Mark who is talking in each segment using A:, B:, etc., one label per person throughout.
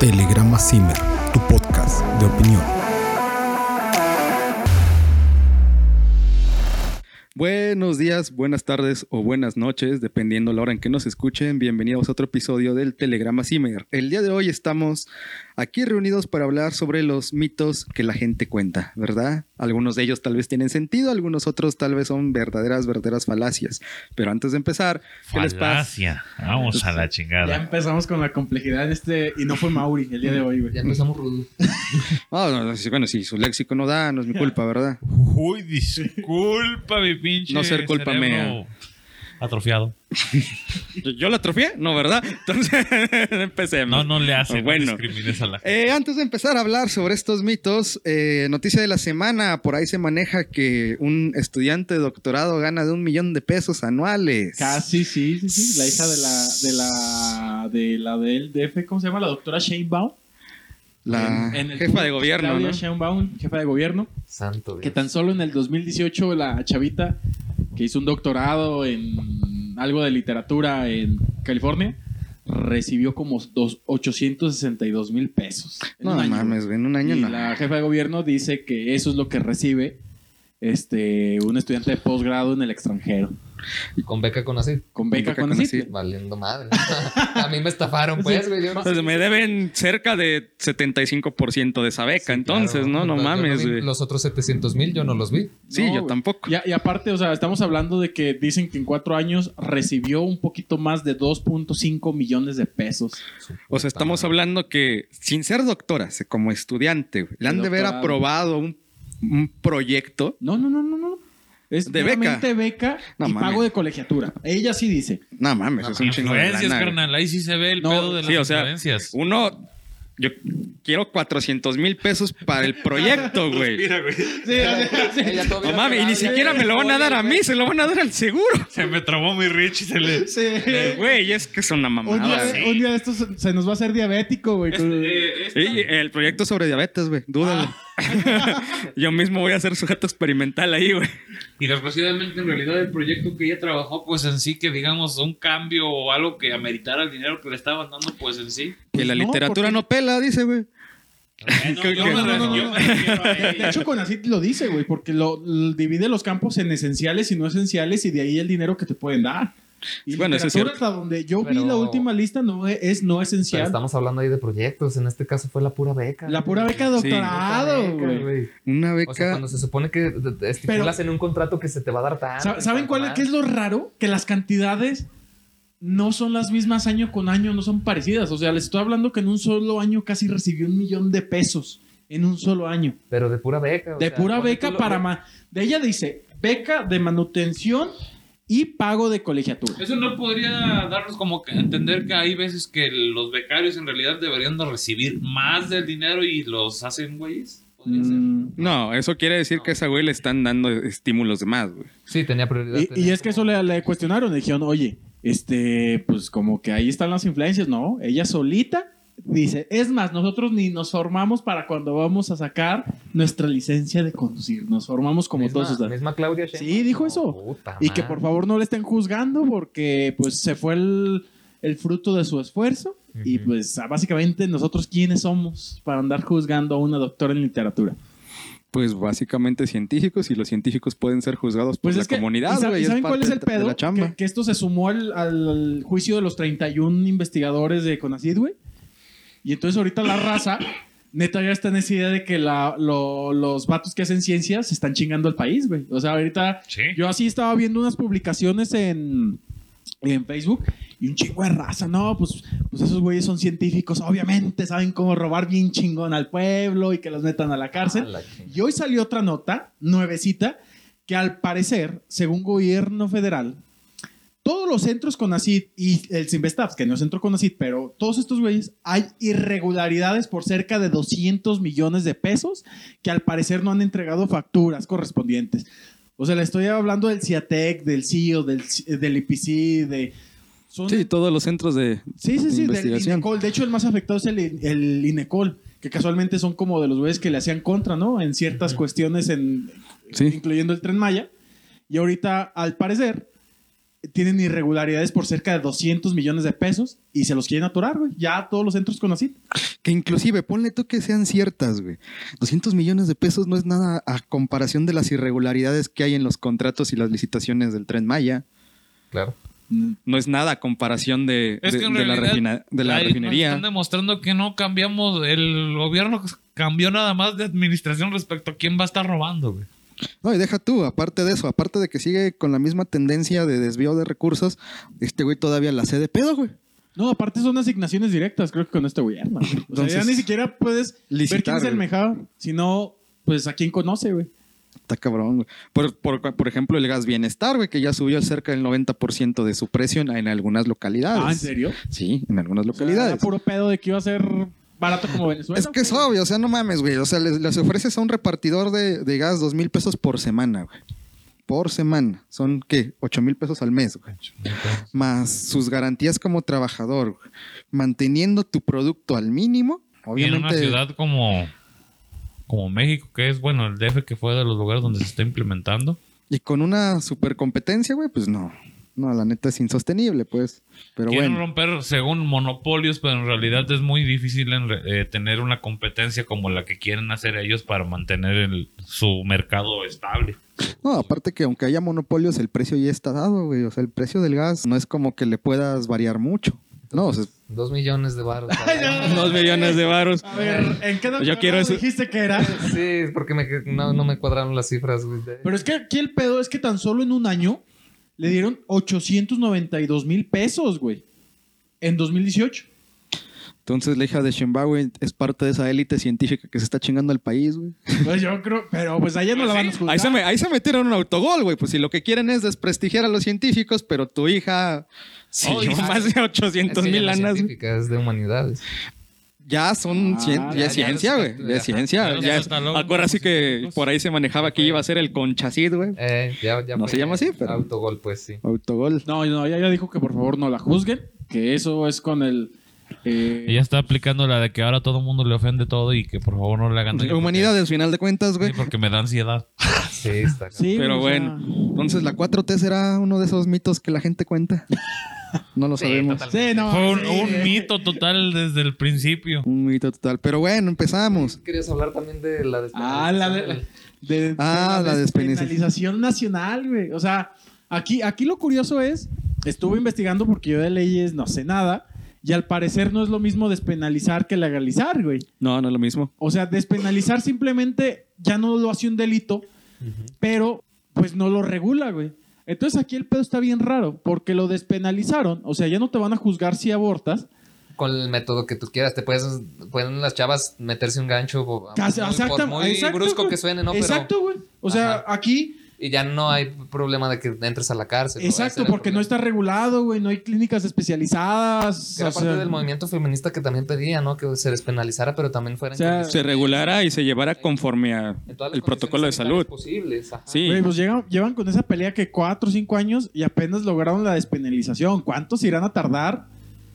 A: Telegrama Zimmer, tu podcast de opinión.
B: Buenos días, buenas tardes o buenas noches, dependiendo la hora en que nos escuchen. Bienvenidos a otro episodio del Telegrama Zimmer. El día de hoy estamos aquí reunidos para hablar sobre los mitos que la gente cuenta, ¿verdad? Algunos de ellos tal vez tienen sentido, algunos otros tal vez son verdaderas, verdaderas falacias. Pero antes de empezar, ¿qué les pasa?
C: Falacia. Vamos a la
D: Ya
C: chingada.
D: empezamos con la complejidad este y no fue Mauri el día de hoy, güey.
E: Ya empezamos rudo.
B: Ah, no, no, sí, bueno, si su léxico no da, no es mi culpa, ¿verdad?
C: Uy, disculpa, mi pinche.
B: No ser culpa
C: cerebro Atrofiado.
B: ¿Yo, yo la atrofié? No, ¿verdad? Entonces, empecemos.
C: No, no le hace.
B: Bueno.
C: No discrimines a la gente.
B: Eh, antes de empezar a hablar sobre estos mitos, eh, noticia de la semana, por ahí se maneja que un estudiante de doctorado gana de un millón de pesos anuales.
D: Casi, sí, sí, sí. La hija de la, de la, de la del DF, ¿cómo se llama? La doctora Sheinbaum.
B: La
D: En- en el
B: jefa de
D: público,
B: gobierno,
D: Claudia
B: ¿no?
D: Sheinbaum, jefa de gobierno.
E: Santo
D: Que
E: Dios.
D: tan solo en el 2018 la chavita que hizo un doctorado en algo de literatura en California recibió como dos, 862 mil pesos. en
B: No
D: un año.
B: mames, güey, en un año
D: y
B: no.
D: la jefa de gobierno dice que eso es lo que recibe este un estudiante de posgrado en el extranjero.
E: Con beca con así.
D: Con
B: beca
D: beca con
B: Conacyt.
D: Conacyt.
E: Valiendo madre. a mí me estafaron, pues, güey. Yo no
B: Pues me deben cerca de 75% de esa beca, entonces, ¿no? No
E: Yo
B: mames,
E: vi
B: güey.
E: Los otros 700 mil yo no los vi.
B: Sí,
D: No,
B: yo
D: güey.
B: tampoco.
D: Y, a- y aparte, o sea, estamos hablando de que dicen que en cuatro años recibió un poquito más de 2.5 millones de pesos.
E: Su
B: O sea,
E: puta
B: estamos
E: madre.
B: hablando que, sin ser doctora, se- como estudiante, güey, le han de haber
D: Doctorado.
B: aprobado un, un proyecto.
D: No, no, no, no, no. Es
B: De beca.
D: meramente beca
B: No
D: y
B: mames.
D: pago de colegiatura. Ella sí dice.
B: No mames,
E: No
B: es un chingo de
C: influencias,
B: lana, güey.
C: carnal. Ahí sí se ve el
D: No,
C: pedo de las
B: sí, o sea,
C: influencias.
B: Uno, yo quiero 400 mil pesos para el proyecto, güey.
E: Ella todavía
B: No mames, y ni
E: pegada,
B: siquiera me lo van a dar a mí, se lo van a dar al seguro.
C: Se me trabó mi Rich y se le.
B: Eh, Güey, es que es una
D: Un día,
B: mamada. güey.
D: de- un día de estos se- se nos va a hacer diabético, güey. con-
C: Este,
B: Y el proyecto sobre diabetes, güey, dúdalo.
D: Ah.
B: Yo mismo voy a ser sujeto experimental ahí, güey.
C: Y desgraciadamente, en realidad, el proyecto que ella trabajó, pues en sí, que digamos, un cambio o algo que ameritara el dinero que le estaban dando, pues en sí.
B: Que la
D: no,
B: literatura
D: porque-
B: no pela, dice, güey.
C: Eh, no,
B: Que-
C: yo
B: que-
C: me
B: no,
C: re-
D: no, no,
C: yo
D: no.
C: me refiero a
D: De
C: ella.
D: hecho, Conacyt lo dice, güey, porque lo, l- divide los campos en esenciales y no esenciales y de ahí el dinero que te pueden dar. Y
B: Bueno, eso es
D: literatura hasta donde yo vi
E: Pero-
D: la última lista no e- es no
E: Pero
D: esencial.
E: estamos hablando ahí de proyectos. En este caso fue la pura beca.
D: La pura beca de
B: Sí.
D: doctorado, güey.
B: Una
E: O sea,
B: beca.
E: cuando se supone que te- te estipulas en un contrato que se te va a dar tanto.
D: Sa- ¿Saben
E: tanto
D: cuál es,
E: más.
D: qué es lo raro? Que las cantidades no son las mismas año con año, no son parecidas. O sea, les estoy hablando que en un solo año casi recibió un millón de pesos. En un solo año.
E: Pero de pura beca. o
D: De
E: sea,
D: pura
E: ponle
D: beca
E: tú lo-
D: para... ma- de ella dice, beca de manutención y pago de colegiatura.
C: Eso no podría darnos como que entender que hay veces que los becarios en realidad deberían de recibir más del dinero y los hacen güeyes. Podría ser.
D: Mm,
B: No, eso quiere decir que a esa güey le están dando estímulos de más, güey.
E: Sí, tenía prioridad.
D: Y, y
E: tenía
D: es que eso le, le cuestionaron, le dijeron, oye, este, pues como que ahí están las influencias, ¿no? Ella solita dice, es más, nosotros ni nos formamos para cuando vamos a sacar nuestra licencia de conducir, nos formamos como
E: misma,
D: todos ustedes.
E: misma Claudia Sheinbaum.
D: Sí, dijo eso.
E: Puta
D: Y que por
E: madre.
D: favor no le estén juzgando porque pues se fue el, el fruto de su esfuerzo y
E: Ujú.
D: pues básicamente nosotros quiénes somos para andar juzgando a una doctora en literatura.
B: Pues básicamente científicos y los científicos pueden ser juzgados por
D: Pues
B: la
D: es que,
B: comunidad,
D: ¿y sa-
B: güey.
D: ¿y
B: es
D: saben
B: parte
D: cuál es el
B: de
D: pedo?
B: la chamba.
D: Que, que esto se sumó al, al juicio de los 31 investigadores de Conacid, güey. Y entonces ahorita la raza, neta, ya está en esa idea de que la- lo- los vatos que hacen ciencias se están chingando al país, güey. O sea, ahorita
C: Sí.
D: yo así estaba viendo unas publicaciones en, en Facebook y un chingo de raza, no, pues, pues esos güeyes son científicos, obviamente saben cómo robar bien chingón al pueblo y que los metan a la cárcel.
E: A Ah, la chingada.
D: Y hoy salió otra nota, nuevecita, que al parecer, según gobierno federal, todos los centros CONACID y el Simvestabs, que no es centro CONACID, pero todos estos güeyes, hay irregularidades por cerca de 200 millones de pesos que al parecer no han entregado facturas correspondientes. O sea, le estoy hablando del CIATEC, del CIO, del, del IPC, de... son-
B: Sí, todos los centros de,
D: Sí, sí, sí, del
B: Investigación.
D: INECOL. De hecho, el más afectado es el, el INECOL, que casualmente son como de los güeyes que le hacían contra, ¿no? En ciertas cuestiones, en,
B: Sí.
D: incluyendo el tren Maya. Y ahorita, al parecer, tienen irregularidades por cerca de 200 millones de pesos y se los quieren atorar, güey. Ya a todos los centros Conacit.
B: Que inclusive, ponle tú que sean ciertas, güey. 200 millones de pesos no es nada a comparación de las irregularidades que hay en los contratos y las licitaciones del Tren Maya.
E: Claro.
B: No es nada a comparación de,
C: Es
B: de-
C: que en
B: de la,
C: realidad
B: refina- de la
C: Ahí nos
B: refinería.
C: Están demostrando que no cambiamos, el gobierno cambió nada más de administración respecto a quién va a estar robando, güey.
B: No, y deja tú, aparte de eso, aparte de que sigue con la misma tendencia de desvío de recursos, este güey todavía la hace de pedo, güey.
D: No, aparte son asignaciones directas, creo que con este gobierno. güey. O sea, ya
B: Entonces,
D: ni siquiera puedes ver quién
B: licitar,
D: es el
B: güey.
D: mejor, sino, pues, a quién conoce, güey.
B: Está cabrón, güey. Por, por, por ejemplo, el gas bienestar, güey, que ya subió cerca del 90% de su precio en, en algunas localidades.
D: Ah, ¿en serio?
B: Sí, en algunas
D: O sea,
B: localidades.
D: era puro pedo de que iba a ser barato como Venezuela.
B: Es que es obvio, o sea, no mames, güey. O sea, les, les ofreces a un repartidor de, de gas dos mil pesos por semana, güey. Por semana. Son, ¿qué? Ocho mil pesos al mes, güey. Más sus garantías como trabajador, güey. Manteniendo tu producto al mínimo.
C: Y en
B: Obviamente.
C: una ciudad como, como México, que es, bueno, el DF que fue de los lugares donde se está implementando.
B: Y con una super competencia, güey, pues no. No, la neta es insostenible, pues. Pero
C: Quieren
B: bueno.
C: romper, según monopolios, pero en realidad es muy difícil en re- eh, tener una competencia como la que quieren hacer ellos para mantener el- su mercado estable.
B: No, aparte que aunque haya monopolios, el precio ya está dado, güey. O sea, el precio del gas no es como que le puedas variar mucho. No, o sea,
E: Dos millones de baros.
B: dos millones de varos.
D: A ver, ¿en qué doctorado
B: quiero eso.
D: dijiste que era?
E: sí, es porque me, no, no me cuadraron las cifras, güey. de-
D: Pero es que aquí el pedo es que tan solo en un año le dieron 892 mil pesos, güey. En 2018.
B: Entonces la hija de Zimbabue es parte de esa élite científica que se está chingando al país, güey.
D: Pues yo creo, pero pues allá no la van a escuchar.
B: Ahí se, me- ahí se metieron un autogol, güey. Pues si lo que quieren es desprestigiar a los científicos, pero tu hija se
E: Oh,
B: llevó
E: hija.
B: más de 800
E: Es que ya
B: mil
E: no es
B: lanas. güey.
E: científica, es de humanidades.
B: Ya son
D: Ah,
B: cien-
D: ya,
B: ya,
E: ya
B: es ciencia,
E: los-
B: güey. Ya, es
E: ya.
B: ciencia.
C: Ya los
B: Ya,
C: catalogan
B: acuérdate
C: como
B: que
C: científicos.
B: por ahí se manejaba que iba a ser el conchacid, güey.
E: Eh, ya, ya
B: No
E: fue
B: se llama así, pero-
E: Autogol, pues sí.
B: Autogol.
D: No, no, ella ya dijo que por favor no la juzguen, que eso es con el... eh,
C: Ella está aplicando la de que ahora todo el mundo le ofende todo y que por favor no le hagan daño.
B: Humanidades, al final de cuentas,
C: porque-
B: güey.
C: sí, porque me da ansiedad.
E: Sí, está.
D: sí,
B: Pero
D: o sea,
B: bueno, entonces la 4T será uno de esos mitos que la gente cuenta. No lo sabemos.
D: Sí, no,
C: Fue un,
D: sí,
C: un
D: eh.
C: mito total desde el principio.
B: Un mito total. Pero bueno, empezamos.
E: Querías hablar también de la
D: Ah, la de, de-
B: Ah,
D: de
B: la despenalización.
D: despenalización nacional, güey. O sea, aquí, aquí lo curioso es, estuve investigando porque yo de leyes no sé nada, y al parecer no es lo mismo despenalizar que legalizar, güey.
B: No, no es lo mismo.
D: O sea, despenalizar simplemente ya no lo hace un delito, pero pues no lo regula, güey. Entonces aquí el pedo está bien raro, porque lo despenalizaron, o sea, ya no te van a juzgar si abortas.
E: Con el método que tú quieras. Te puedes, pueden las chavas meterse un gancho. o-
D: Casi-
E: muy-
D: exacta-
E: pues, por muy
D: exacto,
E: brusco
D: güey.
E: que suene, ¿no? Pero-
D: Exacto, güey. O sea,
E: Ajá.
D: aquí
E: y ya no hay problema de que entres a la cárcel. ¿no? Ese
D: Exacto,
E: era el
D: porque no
E: problema.
D: está regulado, güey, no hay clínicas especializadas.
E: Que era
D: o
E: parte
D: sea,
E: del movimiento feminista que también pedía, ¿no? Que se despenalizara, pero también fueran
D: O sea,
E: condiciones-
B: se regulara y se llevara conforme a
E: en todas las
B: el
E: condiciones
B: protocolo de salud.
E: sanitarias posibles. ajá.
B: Sí,
D: güey, pues llegan- llevan con esa pelea que cuatro o cinco años y apenas lograron la despenalización. ¿Cuántos irán a tardar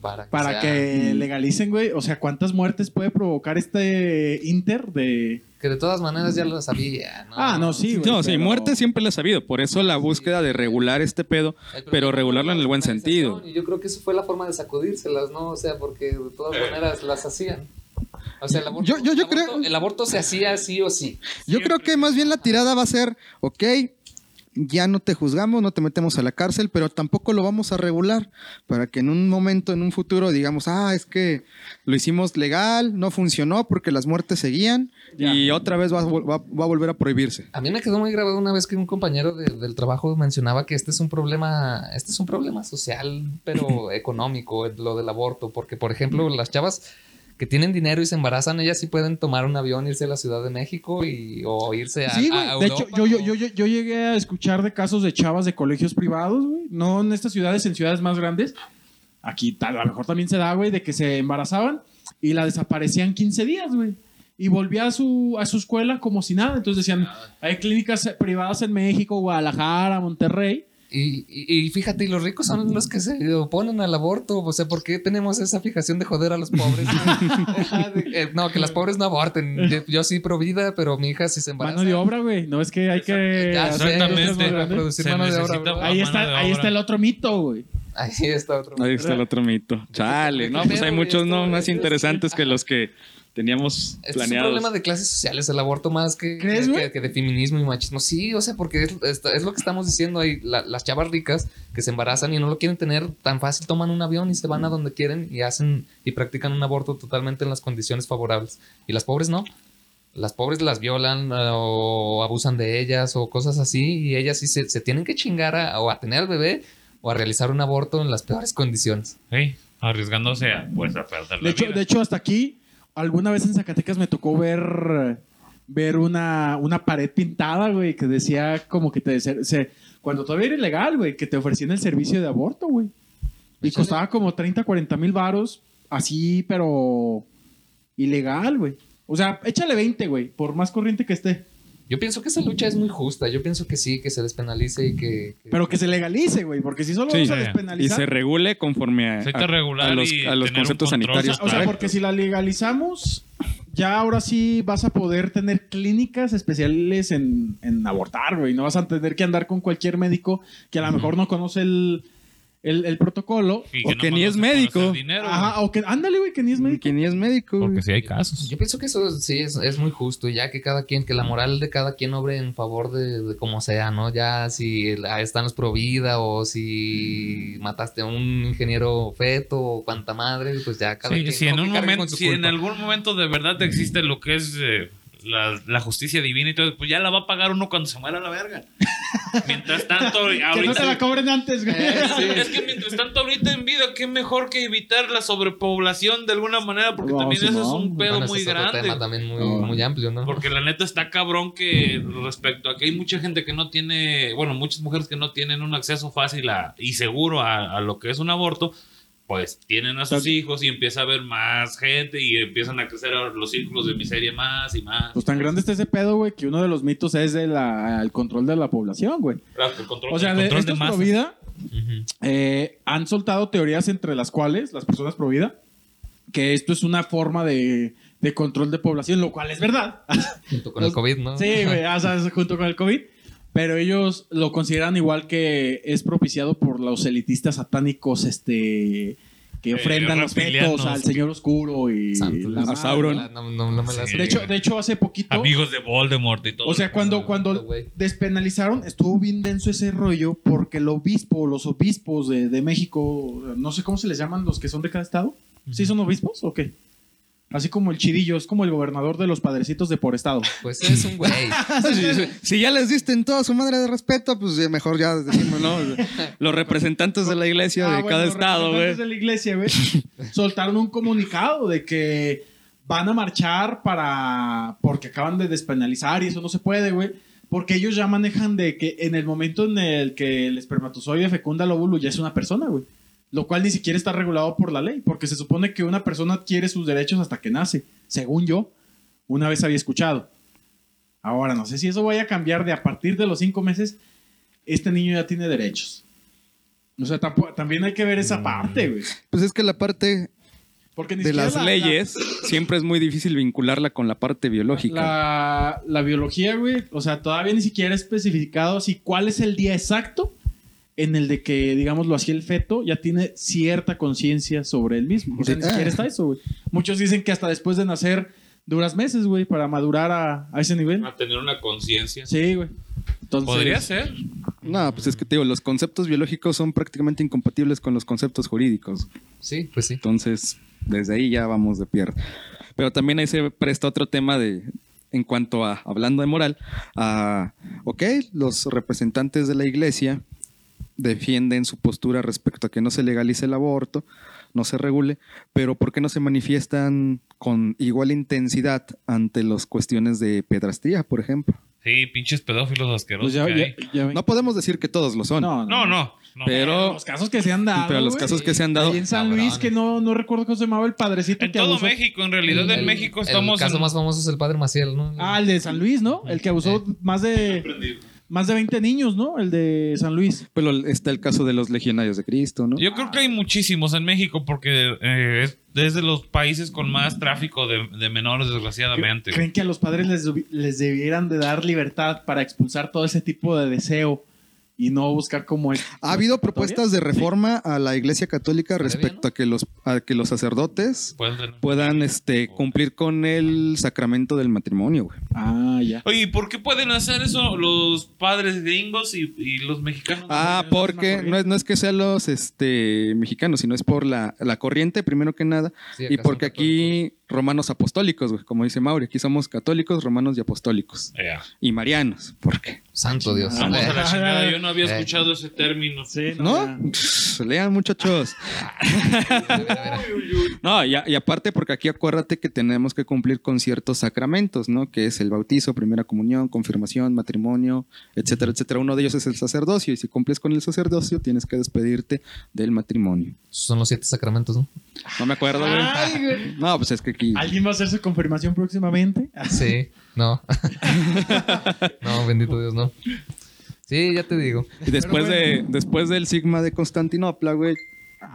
E: Para que,
D: para
E: sea-
D: que legalicen, güey? O sea, ¿cuántas muertes puede provocar este inter de...
E: que de todas maneras ya lo sabía, ¿no?
D: Ah, no, sí, güey.
B: no, sí,
D: pero-
B: muerte siempre la ha sabido. Por eso la búsqueda de regular este pedo.
E: El problema
B: pero regularlo
E: fue la
B: en el buen
E: despenalización,
B: sentido.
E: Y yo creo que eso fue la forma de sacudírselas, ¿no? O sea, porque de todas maneras las hacían. O sea, el aborto,
B: Yo- yo- yo
E: el aborto-
B: creo-
E: el aborto se hacía sí o sí.
B: Yo creo que más bien la tirada va a ser, ok, ya no te juzgamos, no te metemos a la cárcel, pero tampoco lo vamos a regular para que en un momento, en un futuro, digamos, ah, es que lo hicimos legal, no funcionó porque las muertes seguían y otra vez va, a vol- va- va a volver a prohibirse.
E: A mí me quedó muy grabado una vez que un compañero de- del trabajo mencionaba que este es un problema, este es un problema social, pero económico, el- lo del aborto, porque por ejemplo las chavas que tienen dinero y se embarazan, ellas sí pueden tomar un avión, irse a la Ciudad de México y, o irse a,
D: Sí,
E: a-
D: güey.
E: a
D: De
E: Europa,
D: hecho, yo, yo,
E: o-
D: yo, yo, yo llegué a escuchar de casos de chavas de colegios privados, güey. No en estas ciudades, en ciudades más grandes. Aquí tal- a lo mejor también se da, güey, de que se embarazaban y la desaparecían 15 días, güey. Y volvía a su, a su escuela como si nada. Entonces decían, hay clínicas privadas en México, Guadalajara, Monterrey.
E: Y, y- y fíjate, y los ricos son los que se oponen al aborto. O sea, ¿por qué tenemos esa fijación de joder a los pobres? Ajá, de- eh, no, que las pobres no aborten. Yo, yo sí pro vida, pero mi hija sí se embaraza.
D: Mano de obra, güey. No es que hay que.
E: Ya sé,
C: Exactamente.
E: entonces, para producir
C: Se
E: mano de obra,
C: necesita-
E: ¿verdad?
C: Mano
D: Ahí
C: de
D: está, ahí
C: obra.
D: está el otro mito, güey.
E: Ahí está otro.
B: Ahí está el otro mito. Chale, no, pues hay muchos no más interesantes que los que teníamos
E: Este es un
B: planeados.
E: problema de clases sociales, el aborto más que,
D: ¿Crees,
E: que-
D: güey?
E: que de feminismo y machismo. Sí, o sea, porque es, es- es lo que estamos diciendo ahí. la- las chavas ricas que se embarazan y no lo quieren tener tan fácil, toman un avión y se van a donde quieren y hacen y practican un aborto totalmente en las condiciones favorables. Y las pobres no. Las pobres las violan eh, o abusan de ellas o cosas así y ellas sí se, se tienen que chingar a, o a tener al bebé o a realizar un aborto en las peores condiciones.
C: Sí, arriesgándose a, pues, a perder
D: De
C: la
D: hecho,
C: vida.
D: de hecho, hasta aquí, alguna vez en Zacatecas me tocó ver, ver una, una pared pintada, güey, que decía como que te... se- se- cuando todavía era ilegal, güey, que te ofrecían el servicio de aborto, güey. Y
E: Échale.
D: costaba como 30, 40 mil varos, así, pero ilegal, güey. O sea, échale 20, güey, por más corriente que esté.
E: Yo pienso que esa lucha es muy justa. Yo pienso que sí, que se despenalice y que... que-
D: Pero que se legalice, güey, porque si solo
B: Sí.
D: vamos a
C: Sí.
B: Y se
D: despenalizar...
B: regule conforme a,
C: Necesita
B: a-
C: regular
B: a los,
C: y
B: a los
C: tener un
B: conceptos
C: control.
D: O sea,
B: sanitarios.
D: o sea,
B: correctos.
D: porque si la legalizamos, ya ahora sí vas a poder tener clínicas especiales en, en abortar, güey. No vas a tener que andar con cualquier médico que a lo mejor no conoce el, el- el protocolo.
C: Y
B: o que ni
C: nomás
B: es
C: no se conoce
B: médico.
C: el dinero,
D: Ajá, o que, ándale, güey, que ni es médico.
B: Mm, Que ni es médico.
C: Porque
B: güey.
C: sí hay casos.
E: Yo pienso que eso sí es, es muy justo, ya que cada quien, que la moral de cada quien obre en favor de, de como sea, ¿no? Ya si el- ah, están los pro vida o si
C: Mm.
E: mataste a un ingeniero feto o cuanta madre, pues ya cada
C: Sí,
E: quien.
C: si
E: ¿no?
C: en
E: que
C: un
E: cargue
C: momento,
E: con su
C: si en
E: culpa.
C: algún momento de verdad existe lo que es eh, la, la justicia divina y todo, pues ya la va a pagar uno cuando se muera la verga. Mientras tanto,
D: Que no te la
C: ahorita.
D: cobren antes, güey.
E: Eh, sí.
C: Es que mientras tanto ahorita en vida, qué mejor que evitar la sobrepoblación de alguna manera, porque
D: No,
C: también
D: sí,
C: eso
D: no,
C: es un
D: güey.
C: pedo
E: Bueno, ese
C: muy
E: es otro
C: grande.
E: tema también muy,
D: No.
E: muy amplio, ¿no?
C: Porque la neta está cabrón que respecto a que hay mucha gente que no tiene, bueno, muchas mujeres que no tienen un acceso fácil a- y seguro a, a lo que es un aborto, pues tienen a sus
D: Tan-
C: hijos y empieza a haber más gente y empiezan a crecer ahora los círculos de miseria más y más.
D: Pues tan grande está ese pedo, güey, que uno de los mitos es de la- el control de la población, güey.
C: Claro, el control-
D: O sea,
C: el
D: de
C: control de
D: estos pro
C: masas.
D: vida,
E: Ujú.
D: eh, han soltado teorías entre las cuales las personas pro vida que esto es una forma de, de control de población, lo cual es verdad.
C: Ah.
E: Junto con el
D: Los-
E: COVID, ¿no?
D: Sí, güey, o sea, es junto con el COVID. Pero ellos lo consideran igual que es propiciado por los elitistas satánicos, este que
C: Eh,
D: ofrendan los
C: reptilianos.
D: fetos al señor oscuro y
E: Santo,
D: la
E: no,
D: madre.
B: Sauron.
E: No, no, no me la
C: Sí.
E: sé.
D: De hecho, de hecho hace poquito,
C: Eh, Amigos ah, de Voldemort y todo.
D: o sea, cuando cuando
E: Güey.
D: despenalizaron, estuvo bien denso ese rollo porque el obispo, los obispos de, de México, no sé cómo se les llaman los que son de cada estado. ¿Sí son obispos o qué? Así como el Chirillo, es como el gobernador de los padrecitos de por estado.
E: Pues es un güey.
B: Sí, sí. Si ya les diste en toda su madre de respeto, pues ya mejor ya decimos, ¿no? Los representantes de la iglesia
D: Ah,
B: de
D: bueno,
B: cada
D: los
B: estado, güey.
D: representantes de la iglesia, güey, soltaron un comunicado de que van a marchar para porque acaban de despenalizar y eso no se puede, güey. Porque ellos ya manejan de que en el momento en el que el espermatozoide fecunda el óvulo ya es una persona, güey. Lo cual ni siquiera está regulado por la ley, porque se supone que una persona adquiere sus derechos hasta que nace, según yo, una vez había escuchado. Ahora, no sé si eso vaya a cambiar de a partir de los cinco meses, este niño ya tiene derechos. O sea, tampo- también hay que ver esa parte, güey.
B: Pues es que la parte
D: Porque ni
B: Mm. de
D: siquiera
B: las
D: la- la-
B: leyes siempre es muy difícil vincularla con la parte biológica.
D: La, la biología, güey, o sea, todavía ni siquiera especificado si cuál es el día exacto en el de que, digámoslo así, el feto ya tiene cierta conciencia sobre él mismo. O sea, ni
B: Ah.
D: siquiera está eso, güey. Muchos dicen que hasta después de nacer duras meses, güey, para madurar a, a ese nivel.
C: A tener una conciencia.
D: Sí, güey. Entonces,
C: Ah. Podría ser.
B: No, pues es que te digo, los conceptos biológicos son prácticamente incompatibles con los conceptos jurídicos.
E: Sí, pues sí.
B: Entonces, desde ahí ya vamos de pierna. Pero también ahí se presta otro tema de, en cuanto a, hablando de moral, a, ok, los representantes de la iglesia defienden su postura respecto a que no se legalice el aborto, no se regule, pero ¿por qué no se manifiestan con igual intensidad ante las cuestiones de pedrastría, por ejemplo?
C: Sí, pinches pedófilos asquerosos.
D: pues ya-
C: que
D: ya-
C: hay.
D: ya ven.
B: No podemos decir que todos lo son,
C: No, no. no.
B: pero,
D: Los casos que se han dado.
B: pero los
D: güey.
B: casos que se han dado...
D: Ahí en San
E: Cabrón.
D: Luis, que no, no recuerdo cómo se llamaba el padrecito
C: en
D: que
C: todo
D: abusó.
C: México, en realidad en
E: El-
C: México
E: el
C: estamos.
E: caso
C: en-
E: más famoso es el padre Maciel, ¿no?
D: Ah, el de San Luis, ¿no? El que abusó más de. más de 20 niños, ¿no? El de San Luis.
B: Pero está el caso de los legionarios de Cristo, ¿no?
C: Yo creo que hay muchísimos en México porque eh, es, es de los países con más tráfico de, de menores, desgraciadamente. güey.
D: ¿Creen que a los padres les, dubi- les debieran de dar libertad para expulsar todo ese tipo de deseo y no buscar como es?
B: Ha habido propuestas de reforma a la Iglesia Católica
E: Todavía
B: respecto
E: no.
B: a que los a que los sacerdotes
C: Pueden tener-
B: puedan este cumplir con el sacramento del matrimonio, güey.
D: Ah, ya.
C: Oye, ¿y ¿por qué pueden hacer eso los padres gringos y, y los mexicanos? Eh,
B: Ah,
D: no, no, no,
B: porque
D: no, no.
B: no es, no es que sean los este mexicanos, sino es por la, la corriente, primero que nada,
E: Sí,
B: y
E: acá
B: porque
E: son católicos.
B: aquí romanos apostólicos, güey, como dice Mauri, aquí somos católicos, romanos y apostólicos.
C: Ya.
B: Y marianos, porque
E: Santo Dios.
D: Ah,
C: Vamos a
E: Eh,
C: la chingada, yo no había
E: Eh.
C: escuchado ese término.
D: Sí,
B: ¿No?
D: ya.
B: Pff, Lean muchachos. No, y, a- y aparte porque aquí acuérdate que tenemos que cumplir con ciertos sacramentos, ¿no? Que es el bautizo, primera comunión, confirmación, matrimonio, etcétera, etcétera. Uno de ellos es el sacerdocio y si cumples con el sacerdocio tienes que despedirte del matrimonio.
E: Son los siete sacramentos, ¿no?
B: No me acuerdo. güey.
D: Ay, güey.
B: No, pues es que aquí...
D: ¿Alguien va a hacer su confirmación próximamente?
E: Sí, no. no, bendito Dios, no. Sí, ya te digo.
B: Y después, de, después del sigma de Constantinopla, güey,